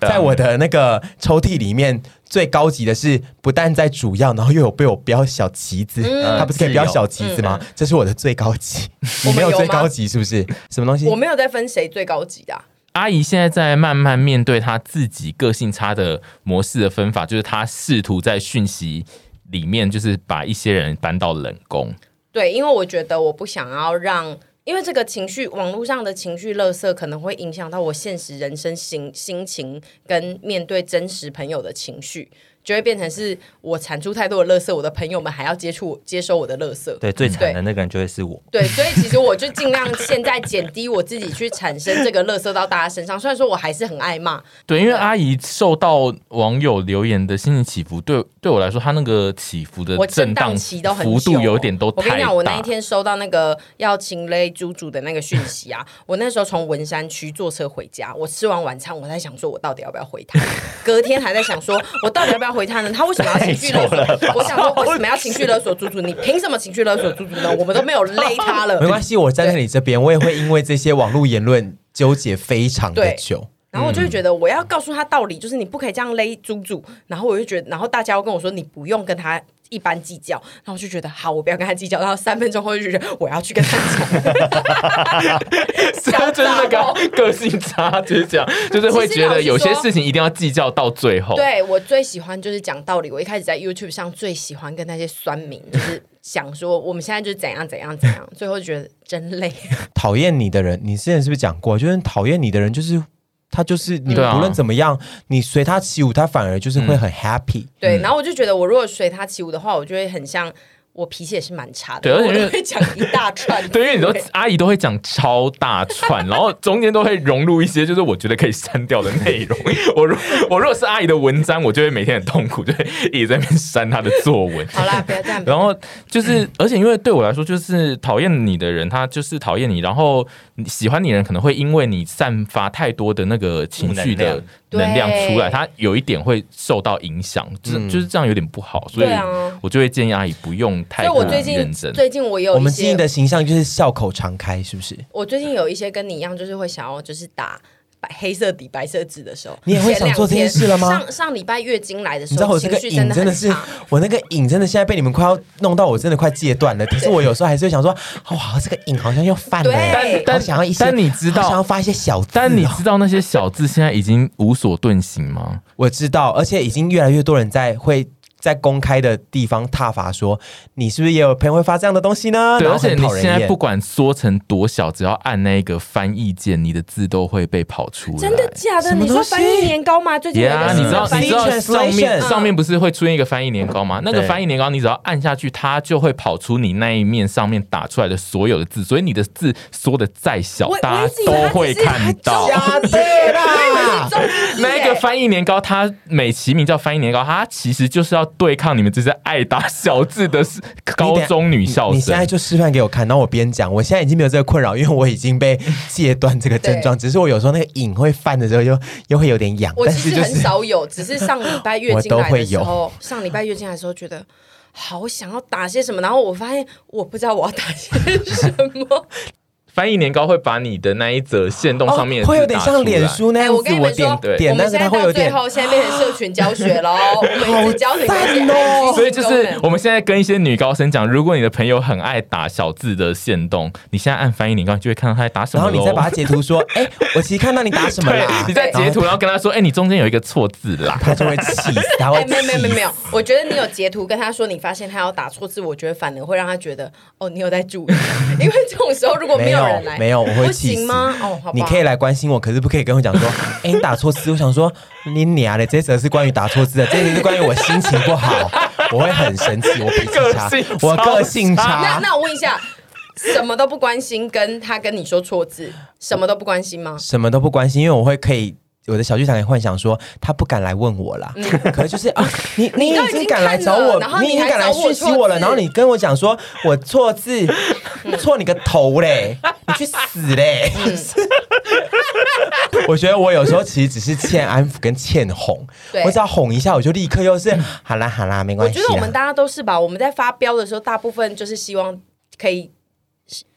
[SPEAKER 2] 在我的那个抽屉里面，最高级的是不但在主要，然后又有被我标小旗子，
[SPEAKER 1] 嗯
[SPEAKER 2] 他不是可以标小旗子吗？这是我的最高级，你
[SPEAKER 1] 我们
[SPEAKER 2] 没有
[SPEAKER 1] 有
[SPEAKER 2] 最
[SPEAKER 1] 吗
[SPEAKER 2] 高级是不是？什么东西
[SPEAKER 1] 我？没有在分谁最高级的啊、
[SPEAKER 3] 阿姨现在在慢慢面对她自己个性差的模式的分法，就是她试图在讯息里面，就是把一些人搬到冷宫。
[SPEAKER 1] 对，因为我觉得我不想要让，因为这个情绪，网络上的情绪垃圾可能会影响到我现实人生心心情，跟面对真实朋友的情绪，就会变成是我产出太多的垃圾，我的朋友们还要接触接收我的垃圾。
[SPEAKER 4] 对，最惨的那个人就会是我。
[SPEAKER 1] 对，所以其实我就尽量现在减低我自己去产生这个垃圾到大家身上。虽然说我还是很爱骂，
[SPEAKER 3] 对，因
[SPEAKER 1] 啊
[SPEAKER 3] 为阿姨受到网友留言的心情起伏，对对我来说，她那个起伏的
[SPEAKER 1] 我
[SPEAKER 3] 震
[SPEAKER 1] 震
[SPEAKER 3] 荡
[SPEAKER 1] 荡期都很久哦
[SPEAKER 3] 幅度有点都
[SPEAKER 1] 我跟
[SPEAKER 3] 太
[SPEAKER 1] 你
[SPEAKER 3] 大。
[SPEAKER 1] 讲，我那一天收到那个要请勒猪猪的那个讯息 啊，我那时候从文山区坐车回家，我吃完晚餐，我在想说，我到底要不要回他？ 隔天还在想说，我到底要不要回他呢？他为什么要情绪勒索？我想说，为什么要情绪勒索猪 猪？你凭什么情绪勒索猪猪呢？我们都没有勒他了
[SPEAKER 2] 没。关系，我站在你这边，我也会因为这些网络言论纠结非常的
[SPEAKER 1] 对
[SPEAKER 2] 久。
[SPEAKER 1] 然后我就
[SPEAKER 3] 嗯
[SPEAKER 1] 会觉得我要告诉他道理，就是你不可以这样勒猪猪。然后我就觉得，然后大家又跟我说你不用跟他一般计较，然后我就觉得好，我不要跟他计较。然后三分钟后就觉得我要去跟他讲，
[SPEAKER 3] 这就是那
[SPEAKER 1] 哦
[SPEAKER 3] 个个性差，就是这样，就是会觉得有些事情一定要计较到最后。，
[SPEAKER 1] 对我最喜欢就是讲道理。我一开始在 YouTube 上最喜欢跟那些酸民就是讲说我们现在就是怎样怎样怎样，最后就觉得真 累。
[SPEAKER 2] 讨厌你的人，你之前是不是讲过？就是讨厌你的人，就是他，就是你
[SPEAKER 3] 对啊嗯
[SPEAKER 2] 不论怎么样，你随他起舞，他反而就是会很 happy。
[SPEAKER 1] 对，然后我就觉得我如果随他起舞的话，我就会很像我脾气也是蛮差的，
[SPEAKER 3] 对而且
[SPEAKER 1] 我
[SPEAKER 3] 因为
[SPEAKER 1] 都会讲一大串。
[SPEAKER 3] 对，因为你都阿姨都会讲超大串，然后中间都会融入一些就是我觉得可以删掉的内容。 我如我如果是阿姨的文章，我就会每天很痛苦，就会一直在那边删她的作文。
[SPEAKER 1] 好啦，不要 这样。
[SPEAKER 3] 然后就是，而且因为对我来说，就是讨厌你的人，他就是讨厌你；然后你喜欢你的人，可能会因为你散发太多的那个情绪的
[SPEAKER 1] 能
[SPEAKER 3] 能
[SPEAKER 1] 量
[SPEAKER 3] 量出来，
[SPEAKER 1] 对嗯
[SPEAKER 3] 他有一点会受到影响，就是就是这样有点不好，所以
[SPEAKER 1] 对啊
[SPEAKER 3] 我就会建议阿姨不用
[SPEAKER 1] 所
[SPEAKER 3] 太
[SPEAKER 1] 以
[SPEAKER 3] 过
[SPEAKER 1] 我
[SPEAKER 3] 于
[SPEAKER 1] 最
[SPEAKER 3] 认
[SPEAKER 1] 近
[SPEAKER 3] 真。
[SPEAKER 1] 最近我有
[SPEAKER 2] 我们
[SPEAKER 1] 一
[SPEAKER 2] 经营
[SPEAKER 1] 些，
[SPEAKER 2] 的形象就是笑口常开，是不是？
[SPEAKER 1] 我最近有一些跟你一样，就是会想要就是打白黑色底白色字的时候，
[SPEAKER 2] 你也会
[SPEAKER 1] 前
[SPEAKER 2] 想做这件事了吗
[SPEAKER 1] 两天上上礼拜月经来的时
[SPEAKER 2] 你知道
[SPEAKER 1] 候，
[SPEAKER 2] 我这
[SPEAKER 1] 情
[SPEAKER 2] 个
[SPEAKER 1] 绪
[SPEAKER 2] 瘾
[SPEAKER 1] 的
[SPEAKER 2] 真的
[SPEAKER 1] 很
[SPEAKER 2] 是
[SPEAKER 1] 差。，
[SPEAKER 2] 我那个瘾真的现在被你们快要弄到，我真的快戒断了。可是我有时候还是会想说，哇，这个瘾好像又犯了
[SPEAKER 1] 对
[SPEAKER 2] 欸，
[SPEAKER 1] 但
[SPEAKER 3] 但
[SPEAKER 2] 好想要一些，
[SPEAKER 3] 但你知道
[SPEAKER 2] 好想要发一些小字哦，
[SPEAKER 3] 但你知道那些小字现在已经无所遁形吗？
[SPEAKER 2] 我知道，而且已经越来越多人在会在公开的地方挞伐说，你是不是也有朋友会发这样的东西呢？
[SPEAKER 3] 对，
[SPEAKER 2] 然
[SPEAKER 3] 而
[SPEAKER 2] 后
[SPEAKER 3] 且
[SPEAKER 2] 很
[SPEAKER 3] 你
[SPEAKER 2] 讨人
[SPEAKER 3] 现在
[SPEAKER 2] 厌
[SPEAKER 3] 不管缩成多小，只要按那个翻译键，你的字都会被跑出来。
[SPEAKER 1] 真的假的？
[SPEAKER 2] 什么
[SPEAKER 1] 你说
[SPEAKER 2] 东西
[SPEAKER 1] 翻译年糕吗？最近有一
[SPEAKER 3] 呀
[SPEAKER 1] 个
[SPEAKER 3] 你
[SPEAKER 1] 新
[SPEAKER 3] 知道
[SPEAKER 1] 的翻
[SPEAKER 3] 你
[SPEAKER 1] 译
[SPEAKER 3] 知道
[SPEAKER 2] Free
[SPEAKER 3] 上
[SPEAKER 2] translation
[SPEAKER 3] 面上面不是会出现一个翻译年糕吗？那个
[SPEAKER 2] 对
[SPEAKER 3] 翻译年糕，你只要按下去，它就会跑出你那一面上面打出来的所有的字，所以你的字缩的再小
[SPEAKER 1] 我，
[SPEAKER 3] 大
[SPEAKER 1] 我
[SPEAKER 3] 家
[SPEAKER 1] 一直以为
[SPEAKER 3] 都
[SPEAKER 1] 它
[SPEAKER 3] 会
[SPEAKER 1] 只是！
[SPEAKER 3] 看到。
[SPEAKER 2] 假的啦
[SPEAKER 1] 中医耶
[SPEAKER 3] 那个翻译年糕，它美其名叫翻译年糕，它其实就是要对抗你们这些爱打小字的高中女校
[SPEAKER 2] 你现在
[SPEAKER 3] 生。
[SPEAKER 2] 就示范给我看，然后我边讲。我现在已经没有这个困扰，因为我已经被戒断这个症状。只是我有时候那个瘾会犯的时候又，又会有点痒，
[SPEAKER 1] 我
[SPEAKER 2] 但
[SPEAKER 1] 其
[SPEAKER 2] 是
[SPEAKER 1] 实
[SPEAKER 2] 就
[SPEAKER 1] 很
[SPEAKER 2] 是
[SPEAKER 1] 少有，只是上礼拜月经
[SPEAKER 2] 我都
[SPEAKER 1] 来
[SPEAKER 2] 会
[SPEAKER 1] 的
[SPEAKER 2] 有
[SPEAKER 1] 时候，上礼拜月经来的时候觉得好想要打些什么，然后我发现我不知道我要打些什么。
[SPEAKER 3] 翻译年糕会把你的那一则线动上面、
[SPEAKER 2] 哦、会有点像脸，书那
[SPEAKER 1] 哎，
[SPEAKER 2] 样
[SPEAKER 1] 我
[SPEAKER 2] 子，
[SPEAKER 1] 跟你
[SPEAKER 2] 我
[SPEAKER 1] 们说，
[SPEAKER 2] 点
[SPEAKER 3] 对
[SPEAKER 1] 我
[SPEAKER 2] 点
[SPEAKER 1] 们
[SPEAKER 2] 那
[SPEAKER 1] 现
[SPEAKER 2] 个
[SPEAKER 1] 在
[SPEAKER 2] 它会
[SPEAKER 1] 到
[SPEAKER 2] 有
[SPEAKER 1] 最
[SPEAKER 2] 点。
[SPEAKER 1] 后，现在变成社群教学 喽，我们一直教你们一些
[SPEAKER 2] 赞哦
[SPEAKER 3] 所以就是我们现在跟一些女高生讲，如果你的朋友很爱打小字的线动，你现在按翻译年糕，你就会看到他在打什
[SPEAKER 2] 然
[SPEAKER 3] 么
[SPEAKER 2] 后
[SPEAKER 3] 咯。
[SPEAKER 2] 你再把它截图 说，哎、我其实看到你打什么啦
[SPEAKER 3] 哦
[SPEAKER 1] 啊
[SPEAKER 3] 对，，你再截图，然后跟他说，哎、你中间有一个错字 啦。
[SPEAKER 2] 他就会气死，他
[SPEAKER 1] 哎，
[SPEAKER 2] 会
[SPEAKER 1] 没有没有没有没
[SPEAKER 2] 气
[SPEAKER 1] 有，我觉得你有截图跟他说，你发现他要打错字，我觉得反而会让他觉得哦，你有在注意，因为这种时候如果
[SPEAKER 2] 没
[SPEAKER 1] 有
[SPEAKER 2] 有
[SPEAKER 1] 人来，
[SPEAKER 2] 没有我会
[SPEAKER 1] 不
[SPEAKER 2] 气
[SPEAKER 1] 行
[SPEAKER 2] 死
[SPEAKER 1] 吗？哦，好吧，
[SPEAKER 2] 你可以来关心我，可是不可以跟我讲说，哎、你打错字。我想说，你娘的，这则是关于打错字的，这则是关于我心情不好，我会很生气，我脾气差
[SPEAKER 3] 个性，
[SPEAKER 2] 我个性
[SPEAKER 1] 那
[SPEAKER 2] 差。
[SPEAKER 1] 那我问一下，什么都不关心，跟他跟你说错字，什么都不关心吗？
[SPEAKER 2] 什么都不关心，因为我会可以。我的小剧场也幻想说，他不敢来问我啦，可是就是啊，你
[SPEAKER 1] 嗯
[SPEAKER 2] 你
[SPEAKER 1] 你都
[SPEAKER 2] 已
[SPEAKER 1] 已
[SPEAKER 2] 经
[SPEAKER 1] 经
[SPEAKER 2] 敢来
[SPEAKER 1] 看
[SPEAKER 2] 找
[SPEAKER 1] 了
[SPEAKER 2] 我
[SPEAKER 1] 然后，
[SPEAKER 2] 你
[SPEAKER 1] 你
[SPEAKER 2] 已经
[SPEAKER 1] 还
[SPEAKER 2] 敢来
[SPEAKER 1] 找我
[SPEAKER 2] 讯息
[SPEAKER 1] 错
[SPEAKER 2] 我了，
[SPEAKER 1] 字
[SPEAKER 2] 然后你跟我讲说我错字，错你个头 嘞，你去死嘞！
[SPEAKER 1] 嗯
[SPEAKER 2] 我觉得我有时候其实只是欠安抚跟欠哄
[SPEAKER 1] 对，
[SPEAKER 2] 我只要哄一下，我就立 刻又是好啦好啦，没
[SPEAKER 1] 我
[SPEAKER 2] 关系啊
[SPEAKER 1] 觉
[SPEAKER 2] 啦。
[SPEAKER 1] 得我们大家都是吧，我们在发飙的时候，大部分就是希望可以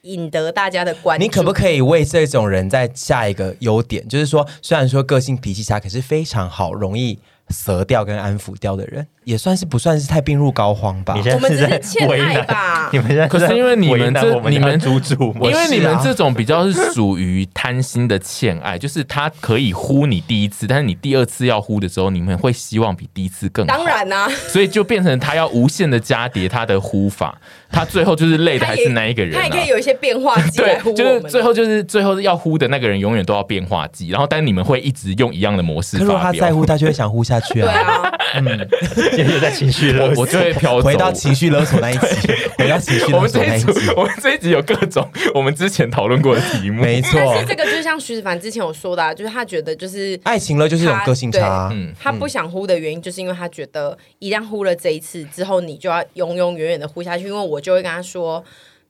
[SPEAKER 1] 引得大家的关注。
[SPEAKER 2] 你可不可以为这种人再下一个优点，就是说，虽然说个性脾气差，可是非常好，容易折掉跟安抚掉的人，也算是不算是太病入膏肓吧
[SPEAKER 4] 你？现
[SPEAKER 1] 我
[SPEAKER 4] 在
[SPEAKER 1] 们
[SPEAKER 4] 是
[SPEAKER 1] 只
[SPEAKER 4] 在
[SPEAKER 1] 是欠
[SPEAKER 4] 为
[SPEAKER 1] 爱
[SPEAKER 4] 难
[SPEAKER 1] 吧
[SPEAKER 4] 你们现在
[SPEAKER 3] 可是因为你们
[SPEAKER 4] 在为难
[SPEAKER 3] 这
[SPEAKER 4] 我们
[SPEAKER 3] 你们
[SPEAKER 4] 的 猪猪，
[SPEAKER 3] 因为你
[SPEAKER 2] 是
[SPEAKER 3] 们
[SPEAKER 2] 啊
[SPEAKER 3] 这种比较是属于贪心的欠爱，就是他可以呼你第一次，但是你第二次要呼的时候，你们会希望比第一次更好。
[SPEAKER 1] 当然啊啦、
[SPEAKER 3] 所以就变成他要无限的加叠他的呼法，他最后就是累的
[SPEAKER 1] 他
[SPEAKER 3] 还
[SPEAKER 1] 也
[SPEAKER 3] 是那一个人、
[SPEAKER 1] 他
[SPEAKER 3] 啊
[SPEAKER 1] 也。可以有一些变 化机来呼
[SPEAKER 3] 对，
[SPEAKER 1] 我们
[SPEAKER 3] 就是
[SPEAKER 1] 啊。
[SPEAKER 3] 最后就是最后要呼的那个人永远都要变化剂，然后但你们会一直用一样的模式
[SPEAKER 2] 可是如果
[SPEAKER 3] 发
[SPEAKER 2] 他在
[SPEAKER 3] 表。
[SPEAKER 2] 乎，他就会想呼下去
[SPEAKER 1] 对
[SPEAKER 2] 啊。
[SPEAKER 1] 啊，
[SPEAKER 4] 现在又在情绪勒
[SPEAKER 3] 我
[SPEAKER 4] 索
[SPEAKER 3] 我就会飘走。
[SPEAKER 2] 回到情绪勒索那一集，回到情绪
[SPEAKER 3] 我
[SPEAKER 2] 勒
[SPEAKER 3] 们
[SPEAKER 2] 索
[SPEAKER 3] 这
[SPEAKER 2] 那
[SPEAKER 3] 一
[SPEAKER 2] 一集，
[SPEAKER 3] 组，我们这一集有各种我们之前讨论过的题目。
[SPEAKER 2] 没
[SPEAKER 1] 但
[SPEAKER 2] 错
[SPEAKER 1] 是。这个就是像徐子凡之前有说的、啊，就是他觉得就是
[SPEAKER 2] 爱情了就是一种个性差啊，
[SPEAKER 3] 嗯
[SPEAKER 1] 他不想呼的原因，就是因为他觉得一旦呼了这一次之后，你就要永永远远的呼下去。因为我就会跟他说，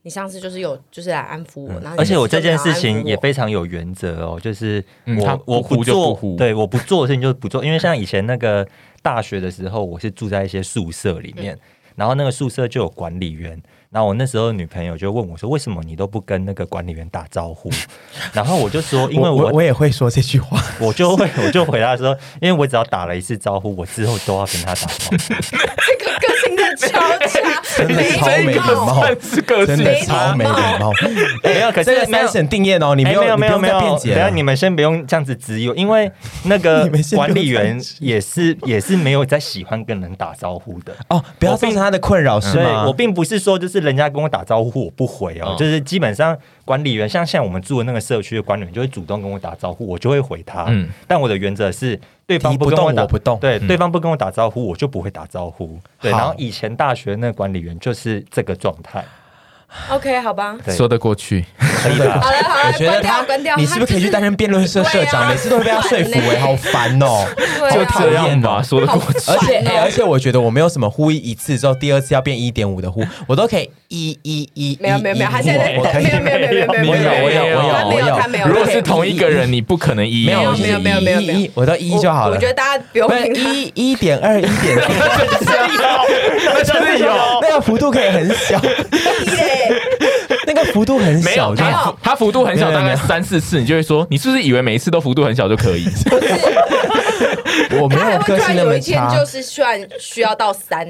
[SPEAKER 1] 你上次就是有就是来安抚
[SPEAKER 2] 嗯
[SPEAKER 1] 我，然后你
[SPEAKER 4] 而且我
[SPEAKER 1] 这
[SPEAKER 4] 这
[SPEAKER 1] 次就没有
[SPEAKER 4] 件事情也
[SPEAKER 1] 安抚我
[SPEAKER 4] 非常有原则哦，就是
[SPEAKER 3] 嗯
[SPEAKER 4] 我、
[SPEAKER 3] 他不
[SPEAKER 4] 我
[SPEAKER 3] 呼就不
[SPEAKER 4] 做，
[SPEAKER 3] 呼
[SPEAKER 4] 对，我不做的事情就是不做，因为像以前那个大学的时候，我是住在一些宿舍里
[SPEAKER 1] 嗯
[SPEAKER 4] 面，然后那个宿舍就有管理员。然后我那时候女朋友就问我说：“为什么你都不跟那个管理员打招呼？”然后我就说：“ 因为
[SPEAKER 2] 我我
[SPEAKER 4] 我
[SPEAKER 2] 我也会说这句话，
[SPEAKER 4] 我就会我就回答说，因为我只要打了一次招呼，我之后都要跟他打招呼。”
[SPEAKER 1] 这个 个性真的 超差，
[SPEAKER 2] 真的超没礼貌
[SPEAKER 3] 这一个算是个
[SPEAKER 2] 真
[SPEAKER 3] 性
[SPEAKER 2] 的
[SPEAKER 1] 没
[SPEAKER 2] 超没礼貌。
[SPEAKER 4] 没有可是
[SPEAKER 2] 这个
[SPEAKER 4] 哎没有
[SPEAKER 2] 三审定谳哦，你
[SPEAKER 4] 哎
[SPEAKER 2] 没有
[SPEAKER 4] 没有
[SPEAKER 2] 你不用
[SPEAKER 4] 没有没
[SPEAKER 2] 再
[SPEAKER 4] 有，
[SPEAKER 2] 辩解
[SPEAKER 4] 等
[SPEAKER 2] 了
[SPEAKER 4] 下你们先不用这样子质疑我，因为那 个
[SPEAKER 2] 你们先不用
[SPEAKER 4] 管理员
[SPEAKER 2] 这样质疑
[SPEAKER 4] 也是 也是没有在喜欢跟人打招呼的。
[SPEAKER 2] 哦，不要造成他的困扰是
[SPEAKER 4] 所以
[SPEAKER 2] 吗？
[SPEAKER 4] 我并不是说就是人家跟我打招呼我不回哦，
[SPEAKER 3] 嗯
[SPEAKER 4] 就是基本上管理员像像我们住的那个社区的管理员就会主动跟我打招呼，我就会回他。
[SPEAKER 3] 嗯
[SPEAKER 4] 嗯，但我的原则是对方
[SPEAKER 2] 你
[SPEAKER 4] 不
[SPEAKER 2] 不
[SPEAKER 4] 跟
[SPEAKER 2] 动
[SPEAKER 4] 我打
[SPEAKER 2] 我不动嗯
[SPEAKER 4] 对，对方不跟我打招呼，我就不会打招呼。对，
[SPEAKER 2] 好
[SPEAKER 4] 然后以前大学那个管理员就是这个状 态，
[SPEAKER 1] OK，好吧，
[SPEAKER 4] 对
[SPEAKER 3] 说得过去。
[SPEAKER 4] 可以吧？
[SPEAKER 1] 好了好
[SPEAKER 2] 我
[SPEAKER 1] 了，
[SPEAKER 2] 觉得
[SPEAKER 1] 关
[SPEAKER 2] 他
[SPEAKER 1] 掉关掉，
[SPEAKER 2] 你是不是可以去担任辩论社社
[SPEAKER 1] 对
[SPEAKER 2] 长？
[SPEAKER 1] 啊
[SPEAKER 2] 每次都会被他说服
[SPEAKER 1] 很烦
[SPEAKER 2] 哎，
[SPEAKER 1] 欸
[SPEAKER 2] 好烦 哦！
[SPEAKER 1] 就是
[SPEAKER 3] 就
[SPEAKER 1] 对啊
[SPEAKER 3] 这样吧，
[SPEAKER 2] 好
[SPEAKER 3] 说得过去。
[SPEAKER 2] 而且、
[SPEAKER 1] 烦哦
[SPEAKER 2] 哎而且我觉得我没有什么呼一次之后，第二次要变一点五的呼，我都可以一一一。
[SPEAKER 1] 没有没有没有，
[SPEAKER 2] 一
[SPEAKER 1] 他现在在
[SPEAKER 2] 我我可
[SPEAKER 1] 等，
[SPEAKER 2] 以
[SPEAKER 1] 没有没有没有没有
[SPEAKER 2] 我
[SPEAKER 1] 没有
[SPEAKER 2] 有我有我有
[SPEAKER 1] 没
[SPEAKER 2] 我
[SPEAKER 1] 有
[SPEAKER 2] 有，
[SPEAKER 1] 他没有，
[SPEAKER 3] 如果是同一个人，你不可能一一
[SPEAKER 2] 没有
[SPEAKER 1] 有
[SPEAKER 3] 一
[SPEAKER 1] 没有没有没有没有
[SPEAKER 2] 一一我都一就好了。
[SPEAKER 1] 我觉得大家不用
[SPEAKER 2] 不
[SPEAKER 1] 听他。
[SPEAKER 2] 是一一点二一点三，
[SPEAKER 3] 那就是有。
[SPEAKER 2] 那个幅度可以很小，
[SPEAKER 1] 耶
[SPEAKER 2] 那个幅度很
[SPEAKER 3] 没
[SPEAKER 2] 小，
[SPEAKER 3] 有，
[SPEAKER 2] 这样
[SPEAKER 3] 他他幅度很小，
[SPEAKER 2] 没有
[SPEAKER 3] 大
[SPEAKER 2] 没
[SPEAKER 3] 概
[SPEAKER 2] 有
[SPEAKER 3] 三四次，你就会说，你是不是以为每一次都幅度很小就可以？
[SPEAKER 2] 我没
[SPEAKER 1] 他还
[SPEAKER 2] 有
[SPEAKER 1] 会
[SPEAKER 2] 个
[SPEAKER 1] 突然
[SPEAKER 2] 性那
[SPEAKER 1] 有
[SPEAKER 2] 么
[SPEAKER 1] 一天
[SPEAKER 2] 差
[SPEAKER 1] 就，是需要需要到 三，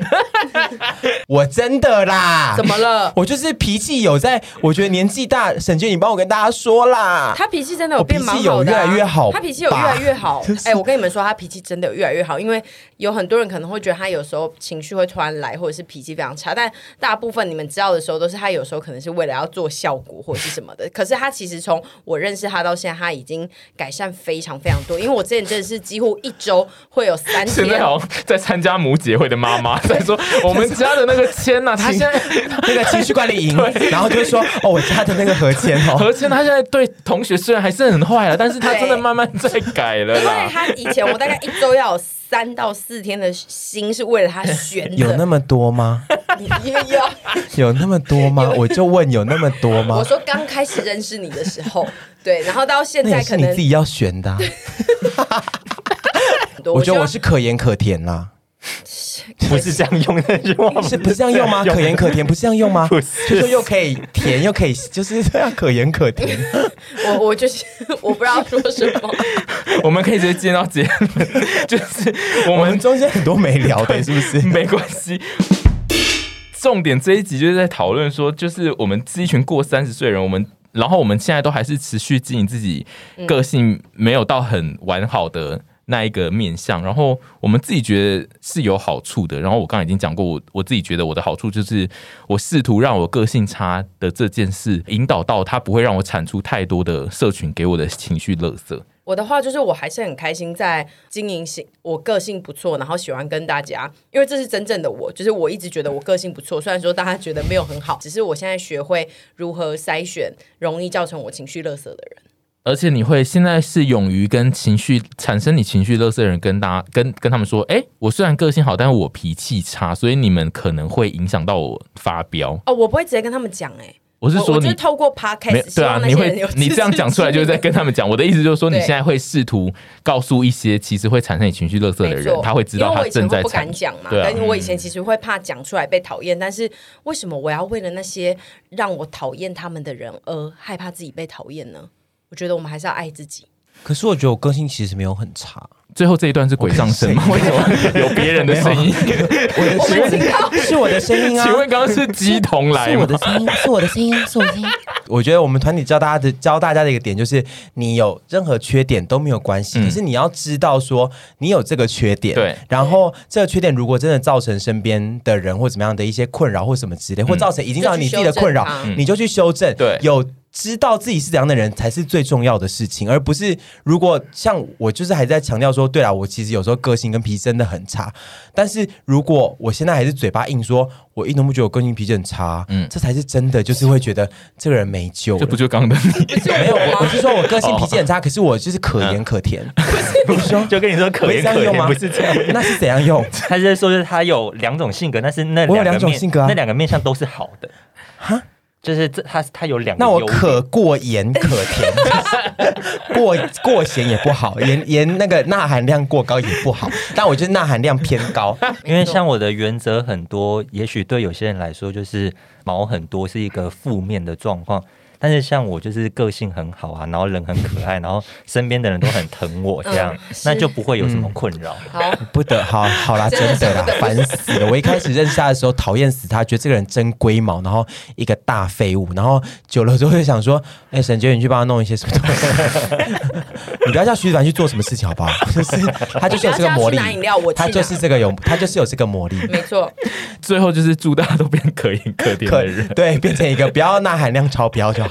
[SPEAKER 2] 我真的啦。
[SPEAKER 1] 怎么了？
[SPEAKER 2] 我就是脾气有在，我觉得年纪大，沈娟，你帮我跟大家说 啦。
[SPEAKER 1] 他脾气真的有变蛮好
[SPEAKER 2] 我脾
[SPEAKER 1] 的、
[SPEAKER 2] 气
[SPEAKER 1] 啊，
[SPEAKER 2] 有越来越好
[SPEAKER 1] 他脾气有越来越 好。哎、我跟你们说，他脾气真的有越来越好，因为有很多人可能会觉得他有时候情绪会突然来，或者是脾气非常差，但大部分你们知道的时候，都是他有时候可能是为了要做效果或者是什 么的。可是他其实从我认识他到现在，他已经改善非常非常多。因为我之前真的是几乎一周会有三
[SPEAKER 3] 现在
[SPEAKER 1] 天。
[SPEAKER 3] 好像在参加母姐会的妈妈在说，我们家的那个签呐、啊，他现在
[SPEAKER 2] 那个情绪管理营，然后就说哦，我家的那个和签哦，
[SPEAKER 3] 何谦他现在 对同学虽然还是很坏了，但是他真的慢慢在改
[SPEAKER 2] 啊
[SPEAKER 3] 了
[SPEAKER 1] 因为
[SPEAKER 3] 啦。
[SPEAKER 1] 他以前我大概一周要有三到四天的心是为了他悬的，
[SPEAKER 2] 有那么多吗？
[SPEAKER 1] 你有
[SPEAKER 2] 有那么多吗？我就问有那么多吗
[SPEAKER 1] 我？说刚开始认识你的时候，对，然后到现
[SPEAKER 2] 那
[SPEAKER 1] 在
[SPEAKER 2] 也
[SPEAKER 1] 可
[SPEAKER 2] 是你
[SPEAKER 1] 能
[SPEAKER 2] 自己要选的啊、
[SPEAKER 1] 很多。
[SPEAKER 2] 我觉
[SPEAKER 1] 希
[SPEAKER 2] 得
[SPEAKER 1] 望
[SPEAKER 2] 我是可盐可甜啦，
[SPEAKER 4] 不是这样用的句话，
[SPEAKER 2] 是不是这样用 吗？可盐可甜不是这样用吗？就说又可以甜又可以，就是这样可盐可甜。
[SPEAKER 1] 我我就是 我不知道说什么，
[SPEAKER 3] 我们可以直接接到结论，就是我
[SPEAKER 2] 我
[SPEAKER 3] 们
[SPEAKER 2] 们中间很多没聊的，是不是？
[SPEAKER 3] 没关系。重点这一集就是在讨论说，就是我们这一群过三十岁的人，我们然后我们现在都还是持续经营自己个性没有到很完好的那一个面相，然后我们自己觉得是有好处的。然后我刚才已经讲过，我我自己觉得我的好处就是，我试图让我个性差的这件事引导到它不会让我产出太多的社群给我的情绪垃圾。
[SPEAKER 1] 我的话就是，我还是很开心在经营型，我个性不错，然后喜欢跟大家，因为这是真正的我，就是我一直觉得我个性不错，虽然说大家觉得没有很好，只是我现在学会如何筛选容易造成我情绪勒索的人。
[SPEAKER 3] 而且你会现在是勇于跟情绪产生你情绪垃圾的人跟大家跟跟他们说，哎、我虽然个性好，但是我脾气差，所以你们可能会影响到我发飙。
[SPEAKER 1] 哦，我不会直接跟他们讲、哎，
[SPEAKER 3] 我是
[SPEAKER 1] 我
[SPEAKER 3] 说
[SPEAKER 1] 就
[SPEAKER 3] 你
[SPEAKER 1] 是透过 podcast，希
[SPEAKER 3] 对
[SPEAKER 1] 望
[SPEAKER 3] 啊，
[SPEAKER 1] 那
[SPEAKER 3] 你
[SPEAKER 1] 些人
[SPEAKER 3] 会
[SPEAKER 1] 有
[SPEAKER 3] 你
[SPEAKER 1] 自
[SPEAKER 3] 这样
[SPEAKER 1] 知
[SPEAKER 3] 讲出来
[SPEAKER 1] 之
[SPEAKER 3] 就是在
[SPEAKER 1] 明
[SPEAKER 3] 跟他们讲。我的意思就是说，你
[SPEAKER 1] 对
[SPEAKER 3] 现在会试图告诉一些其实会产生你情绪垃圾的
[SPEAKER 1] 没
[SPEAKER 3] 人
[SPEAKER 1] 错，，
[SPEAKER 3] 他会知道
[SPEAKER 1] 因为
[SPEAKER 3] 他
[SPEAKER 1] 我以前
[SPEAKER 3] 正在
[SPEAKER 1] 会不
[SPEAKER 3] 产
[SPEAKER 1] 敢讲嘛，
[SPEAKER 3] 对啊
[SPEAKER 1] 但是我以前其实会怕讲出来被讨厌，但是为什么我要为了那些让我讨厌他们的人而害怕自己被讨厌呢？我觉得我们还是要爱自 己。
[SPEAKER 2] 可是我觉得我个性其实没有很差，
[SPEAKER 3] 最后这一段是鬼上身吗？为 什么有别人的声音？
[SPEAKER 2] 我的声音是我的声音啊
[SPEAKER 3] 请。问刚刚是鸡同来
[SPEAKER 2] 是我
[SPEAKER 3] 吗
[SPEAKER 2] 的？声音，是我的声音，是我的声音。 我觉得我们团体教大家的教大家的一个点就是，你有任何缺点都没有关系，
[SPEAKER 3] 嗯
[SPEAKER 2] 可是你要知道说你有这个缺点，
[SPEAKER 3] 对
[SPEAKER 2] 然后这个缺点如果真的造成身边的人或怎么样的一些困扰或什么之
[SPEAKER 3] 嗯
[SPEAKER 2] 类，或造成已经造成你自己的困
[SPEAKER 1] 就去
[SPEAKER 2] 扰
[SPEAKER 1] 修正，它
[SPEAKER 2] 你就去修正，
[SPEAKER 3] 对
[SPEAKER 2] 有。知道自己是怎样的人才是最重要的事情，而不是如果像我就是还在强调说，对啦，我其实有时候个性跟脾气真的很差，但是如果我现在还是嘴巴硬说，我一点都不觉得我个性脾气很差，
[SPEAKER 3] 嗯
[SPEAKER 2] 嗯，这才是真的，就是会觉得这个人没救
[SPEAKER 3] 这
[SPEAKER 2] 了
[SPEAKER 3] 不。就刚刚的 你？
[SPEAKER 2] 没有， 我我是说我个性脾气很
[SPEAKER 4] 哦
[SPEAKER 2] 差，可是我就是可盐可甜，
[SPEAKER 4] 不是 就跟你说嗯 可
[SPEAKER 2] 会这
[SPEAKER 4] 怜
[SPEAKER 2] 样
[SPEAKER 4] 可
[SPEAKER 2] 用
[SPEAKER 4] 怜，
[SPEAKER 2] 吗？
[SPEAKER 4] 不是这样。
[SPEAKER 2] 那是怎样 用？
[SPEAKER 4] 他是在说，就是他有两种性格，但是那
[SPEAKER 2] 我有
[SPEAKER 4] 两个
[SPEAKER 2] 两种
[SPEAKER 4] 面
[SPEAKER 2] 性格啊
[SPEAKER 4] 那两个面相都是好的。哈，就是这他他有两个
[SPEAKER 2] 那我
[SPEAKER 4] 优点
[SPEAKER 2] 可过盐可甜， 就是过过咸也不好，盐盐那个钠含量过高也不好，但我就是钠含量偏高。
[SPEAKER 4] 因为像我的原则很多，也许对有些人来说就是毛很多是一个负面的状况，但是像我就是个性很好啊，然后人很可爱，然后身边的人都很疼我，这样、
[SPEAKER 1] 嗯是
[SPEAKER 4] 那就不会有什么困扰。
[SPEAKER 1] 好，
[SPEAKER 2] 不得好，好啦，
[SPEAKER 1] 真
[SPEAKER 2] 真
[SPEAKER 1] 的
[SPEAKER 2] 的啦
[SPEAKER 1] 真的，
[SPEAKER 2] 烦死了！我一开始认识他的时候，讨厌死他，觉得这个人真龟毛，然后一个大废物，然后久了之后就想说，哎、沈杰，你去帮他弄一些什么东西，你不要叫徐子凡去做什么事情好不好？就是他就是有这个魔
[SPEAKER 1] 你不要叫他去
[SPEAKER 2] 力
[SPEAKER 1] 拿饮料我，去拿
[SPEAKER 2] 他就是这个有，他就是有这个魔力。
[SPEAKER 1] 没错，
[SPEAKER 3] 最后就是祝大家都变可盐可甜
[SPEAKER 2] 可
[SPEAKER 3] 的人。
[SPEAKER 2] 对，变成一个不要钠含量超标就好。